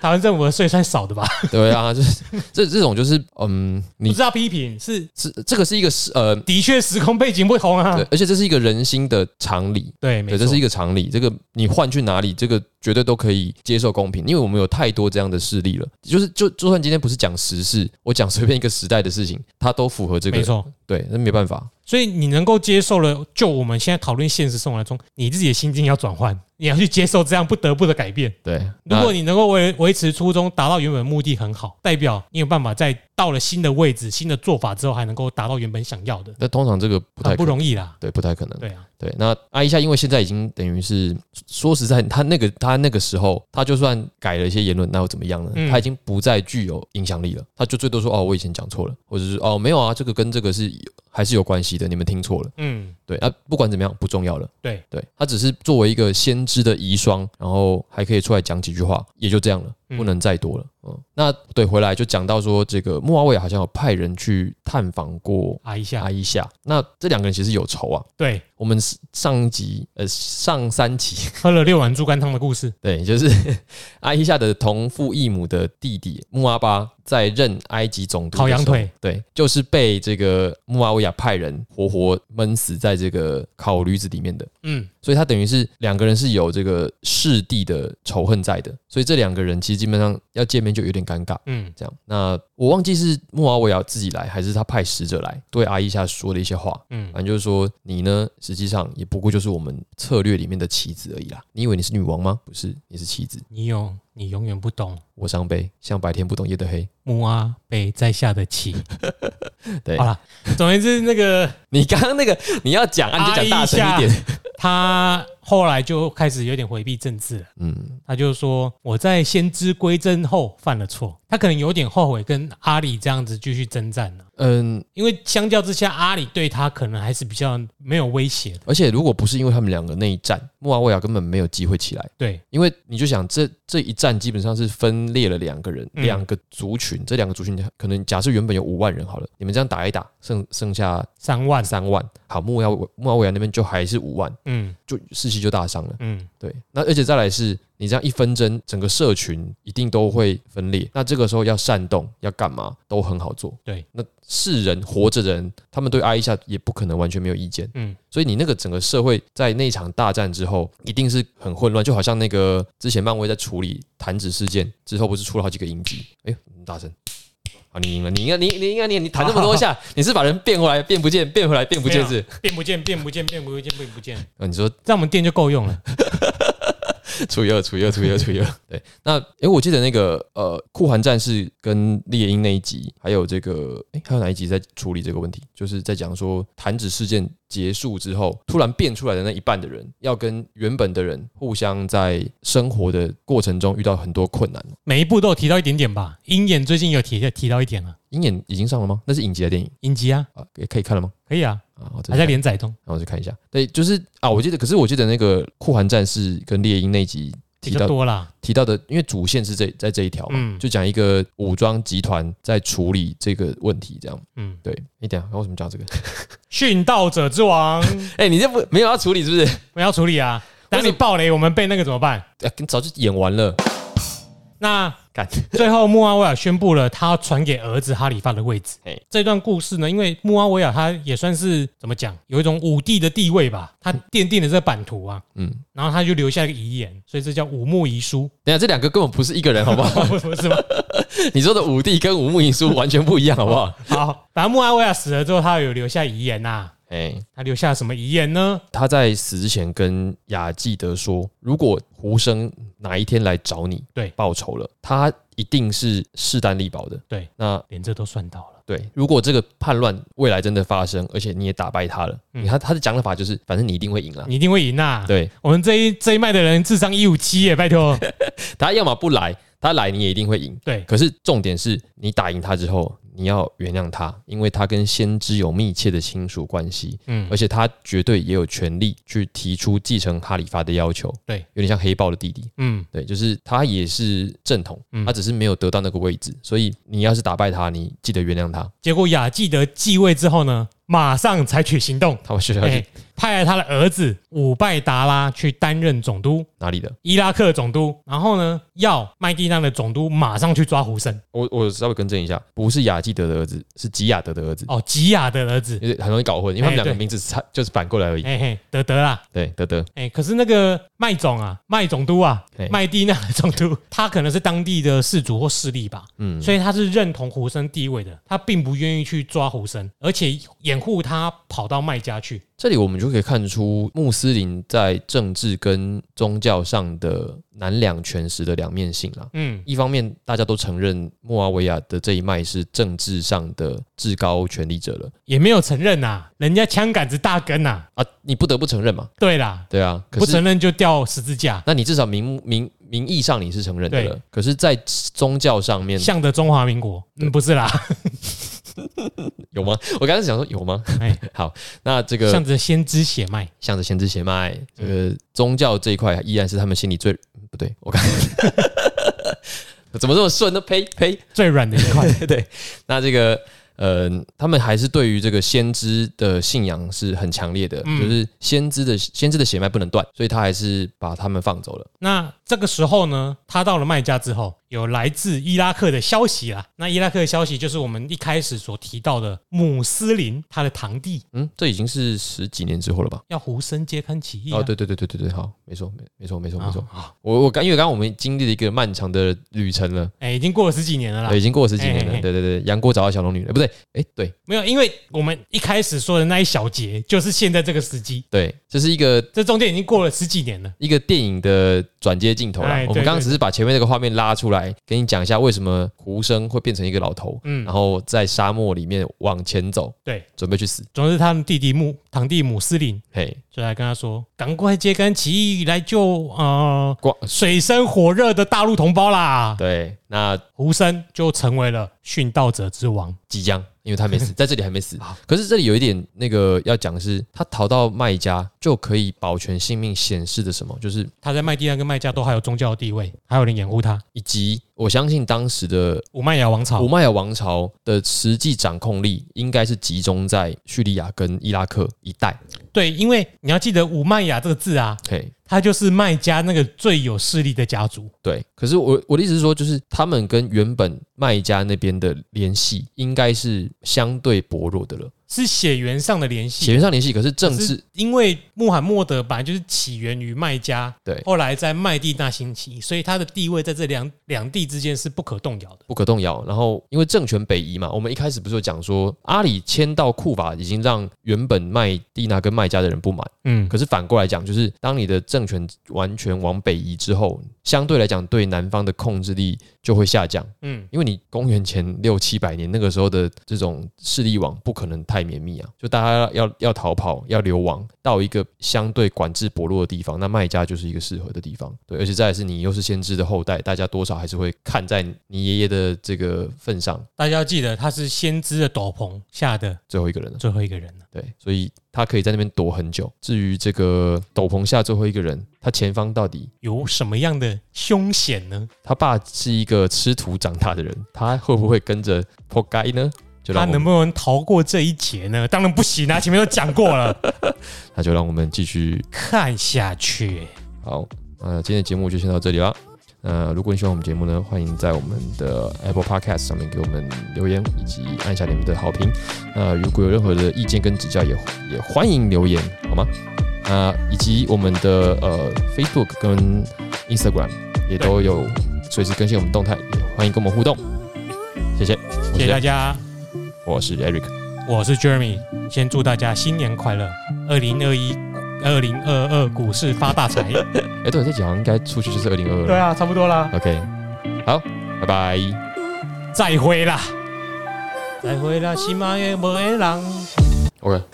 Speaker 1: 台湾政府的税算少的吧？
Speaker 2: 对啊，就是这这种就是，嗯，
Speaker 1: 不
Speaker 2: 你
Speaker 1: 知道批评是
Speaker 2: 是这个是一个是呃，
Speaker 1: 的确时空背景不同啊
Speaker 2: 对。，而且这是一个人心的常理，
Speaker 1: 对，没
Speaker 2: 对，
Speaker 1: 错
Speaker 2: 这，是一个常理。这个你换去哪里，这个绝对都可以接受公平，因为我们有太多这样的事例了。就是就就算今天不是讲时事，我讲随便一个时代的事情，它都符合这
Speaker 1: 没
Speaker 2: 个。
Speaker 1: 错。
Speaker 2: 对，那没办法。
Speaker 1: 所以你能够接受了，就我们现在讨论现实生活中，你自己的心境要转换，你要去接受这样不得不的改变。
Speaker 2: 对，
Speaker 1: 如
Speaker 2: 那
Speaker 1: 果你能够维维持初衷，达到原本的目的，很好，代表你有办法在到了新的位置、新的做法之后，还能够达到原本想要的，
Speaker 2: 那通常这个不太
Speaker 1: 很啊不
Speaker 2: 可
Speaker 1: 容易啦。
Speaker 2: 对，不太可能。
Speaker 1: 对啊，
Speaker 2: 对，那阿一夏因为现在已经等于是说实在，他那个他那个时候，他就算改了一些言论，那又怎么样呢？
Speaker 1: 嗯
Speaker 2: 他已经不再具有影响力了，他就最多说哦，我以前讲错了，或者是哦没有啊，这个跟这个是有还是有关系的，你们听错了。
Speaker 1: 嗯，
Speaker 2: 对，那、不管怎么样不重要了。
Speaker 1: 对
Speaker 2: 对，他只是作为一个先知的遗孀，然后还可以出来讲几句话，也就这样了，
Speaker 1: 嗯
Speaker 2: 不能再多了。嗯，那对，回来就讲到说，这个穆阿维亚好像有派人去探访过
Speaker 1: 啊一下
Speaker 2: 阿，伊夏，那这两个人其实有仇啊。
Speaker 1: 对，
Speaker 2: 我们上一集呃上三集， [laughs]
Speaker 1: 喝了六碗猪肝汤的故事，
Speaker 2: 对，就是 [laughs] 阿伊夏的同父异母的弟弟穆阿巴在任埃及总督，
Speaker 1: 烤羊，腿，
Speaker 2: 对，就是被这个穆阿维亚派人活活闷死在这个烤驴子里面的。
Speaker 1: 嗯，
Speaker 2: 所以他等于是两个人是有这个世弟的仇恨在的，所以这两个人其实基本上要见面就有点尴尬。
Speaker 1: 嗯，
Speaker 2: 这样，那我忘记是穆阿维亚自己来，还是他派使者来对阿伊夏说的一些话。
Speaker 1: 嗯
Speaker 2: 反，正就是说，你呢，实际上也不过就是我们策略里面的棋子而已啦。你以为你是女王吗？不是，你是棋子。
Speaker 1: 你有，你永远不懂
Speaker 2: 我伤悲，像白天不懂夜的黑。 [laughs]
Speaker 1: 木阿被在下的 [laughs] 棋。
Speaker 2: 对
Speaker 1: 好啦，总而言之，那个
Speaker 2: 你刚刚那个你要讲啊，你就讲大声一
Speaker 1: 阿伊
Speaker 2: 点。
Speaker 1: 他后来就开始有点回避政治了。
Speaker 2: 嗯，
Speaker 1: 他就说我在先知归真后犯了错，他可能有点后悔跟阿里这样子继续征战了、
Speaker 2: 嗯，
Speaker 1: 因为相较之下，阿里对他可能还是比较没有威胁的。
Speaker 2: 而且如果不是因为他们两个那一战，穆阿维亚根本没有机会起来。
Speaker 1: 对，
Speaker 2: 因为你就想这这一战基本上是分裂了两个人，
Speaker 1: 嗯
Speaker 2: 两个族群，这两个族群可能假设原本有五万人好了，你们这样打一打，剩剩下
Speaker 1: 三万，
Speaker 2: 三万，好，穆亚穆亚维亚那边就还是五万，
Speaker 1: 嗯
Speaker 2: 就士气就大伤了。
Speaker 1: 嗯，
Speaker 2: 对，那而且再来是你这样一纷争，整个社群一定都会分裂。那这个时候要煽动，要干嘛都很好做。
Speaker 1: 对，
Speaker 2: 那世人活着的人，他们对阿伊夏也不可能完全没有意见。
Speaker 1: 嗯
Speaker 2: 嗯，所以你那个整个社会在那场大战之后，一定是很混乱，就好像那个之前漫威在处理弹指事件之后，不是出了好几个影集？哎、很大声。好，啊你赢了，你赢了，你你赢了，你你弹这么多下，你是把人变回来，变不见，变回来，变不见是？ [laughs] 啊
Speaker 1: 变不见，变不见，变不见，变不见，
Speaker 2: 呃你说
Speaker 1: 在我们店就够用了。
Speaker 2: 除以二，除以二，除以二，除以二。 [laughs] 对，那诶、我记得那个呃，酷寒战士跟猎鹰那一集，还有这个诶、还有哪一集在处理这个问题？就是在讲说弹指事件结束之后，突然变出来的那一半的人，要跟原本的人互相在生活的过程中遇到很多困难。
Speaker 1: 每一部都有提到一点点吧。鹰眼最近有提提到一点了，
Speaker 2: 鹰眼已经上了吗？那是影集的电影
Speaker 1: 影集啊，
Speaker 2: 啊，也可以看了吗？
Speaker 1: 可以啊，
Speaker 2: 啊，我再
Speaker 1: 还在连载中。
Speaker 2: 然后去看一下。对，就是啊，我记得，可是我记得那个酷寒战士跟猎鹰那集
Speaker 1: 比
Speaker 2: 提
Speaker 1: 较
Speaker 2: 到
Speaker 1: 多啦，
Speaker 2: 提到的，因为主线是这在这一条嘛，
Speaker 1: 嗯
Speaker 2: 就讲一个武装集团在处理这个问题，这样。
Speaker 1: 嗯，
Speaker 2: 对，你等一下我为什么讲这个？ [laughs]
Speaker 1: 殉道者之王
Speaker 2: 哎、你这不没有要处理是不是？
Speaker 1: 我们要处理
Speaker 2: [laughs]
Speaker 1: 啊，
Speaker 2: 为
Speaker 1: 当
Speaker 2: 什
Speaker 1: 你
Speaker 2: 么
Speaker 1: 爆雷，我们被那个怎么办？
Speaker 2: 啊，跟早就演完了，
Speaker 1: 那
Speaker 2: 干
Speaker 1: 最后，穆阿维尔宣布了他传给儿子哈里发的位置
Speaker 2: 嘿。
Speaker 1: 这段故事呢，因为穆阿维尔他也算是怎么讲，有一种武帝的地位吧，他奠定了这版图啊，
Speaker 2: 嗯。
Speaker 1: 然后他就留下一个遗言，所以这叫武穆遗书， [laughs]
Speaker 2: 等一下，这两个根本不是一个人，好不好？ [laughs]
Speaker 1: 不是吗？
Speaker 2: 你说的武帝跟武穆遗书完全不一样，好不好？
Speaker 1: 好，反正穆阿维尔死了之后，他有留下遗言呐、啊
Speaker 2: 哎、
Speaker 1: 他留下什么遗言呢？
Speaker 2: 他在死之前跟雅纪德说，如果胡生哪一天来找你，
Speaker 1: 对
Speaker 2: 报仇了，他一定是势单力薄的。
Speaker 1: 对，
Speaker 2: 那
Speaker 1: 连这都算到了，
Speaker 2: 对，如果这个叛乱未来真的发生，而且你也打败他了，
Speaker 1: 嗯
Speaker 2: 你看他的讲法就是，反正你一定会赢了。
Speaker 1: 你一定会赢呐、
Speaker 2: 对
Speaker 1: 我们这一这一脉的人智商一五七耶，拜 [laughs] 托。
Speaker 2: 他要么不来，他来你也一定会赢。
Speaker 1: 对，
Speaker 2: 可是重点是你打赢他之后，你要原谅他，因为他跟先知有密切的亲属关系，
Speaker 1: 嗯
Speaker 2: 而，且他绝对也有权利去提出继承哈里发的要求。
Speaker 1: 对
Speaker 2: 有点像黑豹的弟弟。
Speaker 1: 嗯，
Speaker 2: 对，就是他也是正统
Speaker 1: 嗯，
Speaker 2: 他只是没有得到那个位置，所以你要是打败他，你记得原谅他。
Speaker 1: 结果雅纪德继位之后呢，马上采取行动。
Speaker 2: 他们学校
Speaker 1: 哎、
Speaker 2: 是
Speaker 1: 派了他的儿子伍拜达拉去担任总督，
Speaker 2: 哪里的？
Speaker 1: 伊拉克总督。然后呢，要麦地那的总督马上去抓胡森。
Speaker 2: 我我稍微更正一下，不是雅基德的儿子，是吉雅德的儿子，
Speaker 1: 哦，吉雅的儿子，
Speaker 2: 因为很容易搞混，因为他们
Speaker 1: 哎
Speaker 2: 两个
Speaker 1: 对哎
Speaker 2: 名字差就是反过来而已。
Speaker 1: 嘿嘿，德德啦。
Speaker 2: 对，德德，
Speaker 1: 哎、可是那个麦总啊，麦总督啊
Speaker 2: 嘿，
Speaker 1: 麦地那的总督，他可能是当地的氏族或势力吧，
Speaker 2: 嗯，
Speaker 1: 所以他是认同胡森地位的，他并不愿意去抓胡森，而且掩护他跑到麦家去。
Speaker 2: 这里我们就可以看出穆斯林在政治跟宗教上的难两全时的两面性啦。
Speaker 1: 嗯
Speaker 2: 一方面，大家都承认穆阿维亚的这一脉是政治上的至高权力者了
Speaker 1: 也没有承认呐、人家枪杆子大根呐、
Speaker 2: 啊，你不得不承认嘛，
Speaker 1: 对啦，
Speaker 2: 对啊。可
Speaker 1: 不
Speaker 2: 是
Speaker 1: 承认就掉十字架。
Speaker 2: 那你至少名名名义上你是承认的
Speaker 1: 对
Speaker 2: 了，可是，在宗教上面
Speaker 1: 像的中华民国，嗯，不是啦，
Speaker 2: 有吗？我刚才想说有吗？ [laughs]
Speaker 1: 哎，
Speaker 2: 那这个
Speaker 1: 像着先知血脉，
Speaker 2: 向着先知血脉，这个
Speaker 1: 嗯
Speaker 2: 宗教这一块依然是他们心里最嗯不对，我看 [laughs] 怎么这么顺呢？呸呸！ [laughs]
Speaker 1: 最软的一块。
Speaker 2: 对，那这个呃，他们还是对于这个先知的信仰是很强烈的，
Speaker 1: 嗯
Speaker 2: 就是先知的先知的血脉不能断，所以他还是把他们放走了。
Speaker 1: 那这个时候呢，他到了麦加之后，有来自伊拉克的消息啦。那伊拉克的消息就是我们一开始所提到的穆斯林，他的堂弟
Speaker 2: 嗯，这已经是十几年之后了吧？
Speaker 1: 要胡生揭竿起义啊、
Speaker 2: 哦，对对对对对对，好，没错，没没错，没错，
Speaker 1: 啊，
Speaker 2: 没错。
Speaker 1: 啊
Speaker 2: 我我刚因为刚刚我们经历了一个漫长的旅程了，
Speaker 1: 哎、已经过了十几年了啦
Speaker 2: 对，已。经过了十几年
Speaker 1: 嘿嘿
Speaker 2: 了。
Speaker 1: 嘿
Speaker 2: 对对对，杨过找到小龙女了，不对，哎，对
Speaker 1: 没有，因为我们一开始说的那一小节，就是现在这个时机，
Speaker 2: 对，这是一个
Speaker 1: 这中间已经过了十几年了。
Speaker 2: 一个电影的转接镜头啦
Speaker 1: 哎。
Speaker 2: 我
Speaker 1: 对
Speaker 2: 们刚刚
Speaker 1: 对
Speaker 2: 只是把前面那个画面拉出来，给你讲一下为什么胡生会变成一个老头，
Speaker 1: 嗯
Speaker 2: 然，后在沙漠里面往前走，
Speaker 1: 对。
Speaker 2: 准备去死。
Speaker 1: 总之，他们弟弟穆堂弟穆斯林
Speaker 2: 嘿，
Speaker 1: 就来跟他说：“赶快揭竿起义，来救呃
Speaker 2: 光
Speaker 1: 水深火热的大陆同胞啦！
Speaker 2: 对，那
Speaker 1: 胡生就成为了殉道者之王。
Speaker 2: 即将，因为他
Speaker 1: [laughs]
Speaker 2: 没死，在这里还没死
Speaker 1: 好。
Speaker 2: 可是这里有一点那个要讲的是，他逃到麦家就可以保全性命，显示的什么？就是
Speaker 1: 他在麦地那跟麦加都还有宗教地位，还有人掩护他。
Speaker 2: 以及我相信当时的
Speaker 1: 武麦亚王朝
Speaker 2: 古，麦尔王朝的实际掌控力应该是集中在叙利亚跟伊拉克一带。
Speaker 1: 对，因为你要记得武麦亚这个字啊，
Speaker 2: 嘿，
Speaker 1: 它就是麦加那个最有势力的家族。
Speaker 2: 对。可是我我的意思是说，就是他们跟原本麦加那边的联系应该是相对薄弱的了，
Speaker 1: 是血缘上的联系，
Speaker 2: 血缘上联系，可是政
Speaker 1: 可
Speaker 2: 治
Speaker 1: 是因为穆罕默德本来就是起源于麦加，
Speaker 2: 对
Speaker 1: 后来在麦地那兴起，所以他的地位在这两两地之间是不可动摇的。
Speaker 2: 不可动摇。然后因为政权北移嘛，我们一开始不是有讲说，阿里迁到库法已经让原本麦地那跟麦加的人不满，
Speaker 1: 嗯，
Speaker 2: 可是反过来讲，就是当你的政权完全往北移之后，相对来讲对南方的控制力就会下降，
Speaker 1: 嗯，
Speaker 2: 因为你公元前六七百年那个时候的这种势力网不可能太绵密啊，就大家要要逃跑要流亡到一个相对管制薄弱的地方，那卖家就是一个适合的地方，对，而且再来是你又是先知的后代，大家多少还是会看在你爷爷的这个份上，
Speaker 1: 大家要记得他是先知的斗篷下的
Speaker 2: 最后一个人了。
Speaker 1: 最后一个人了。
Speaker 2: 对，所以他可以在那边躲很久。至于这个斗篷下最后一个人，他前方到底
Speaker 1: 有什么样的凶险呢？
Speaker 2: 他爸是一个吃土长大的人，他会不会跟着破该呢？就
Speaker 1: 他
Speaker 2: 让我
Speaker 1: 能
Speaker 2: 们
Speaker 1: 不能逃过这一劫呢？当然不行啊，前面都讲过了。
Speaker 2: 那就让我们继续
Speaker 1: [laughs] 看下去，
Speaker 2: 好。那今天的节目就先到这里啦。那如果你喜欢我们节目呢，欢迎在我们的 Apple Podcast 上面给我们留言，以及按下你们的好评。那如果有任何的意见跟指教也，也欢迎留言，好吗？那以及我们的呃 Facebook 跟 Instagram 也都有随时更新我们动态，也欢迎跟我们互动。谢谢，
Speaker 1: 谢谢大
Speaker 2: 家，
Speaker 1: 家，
Speaker 2: 我是 Eric。
Speaker 1: 我是 Jeremy，先祝大家新年快乐，二零二一、二零二二股市发大财。
Speaker 2: 哎、对，这集好像应该出去就是二零二二。
Speaker 1: [laughs] 对啊，差不多啦，
Speaker 2: OK，好，拜拜。
Speaker 1: 再会啦，再会啦，喜马也无人。
Speaker 2: OK。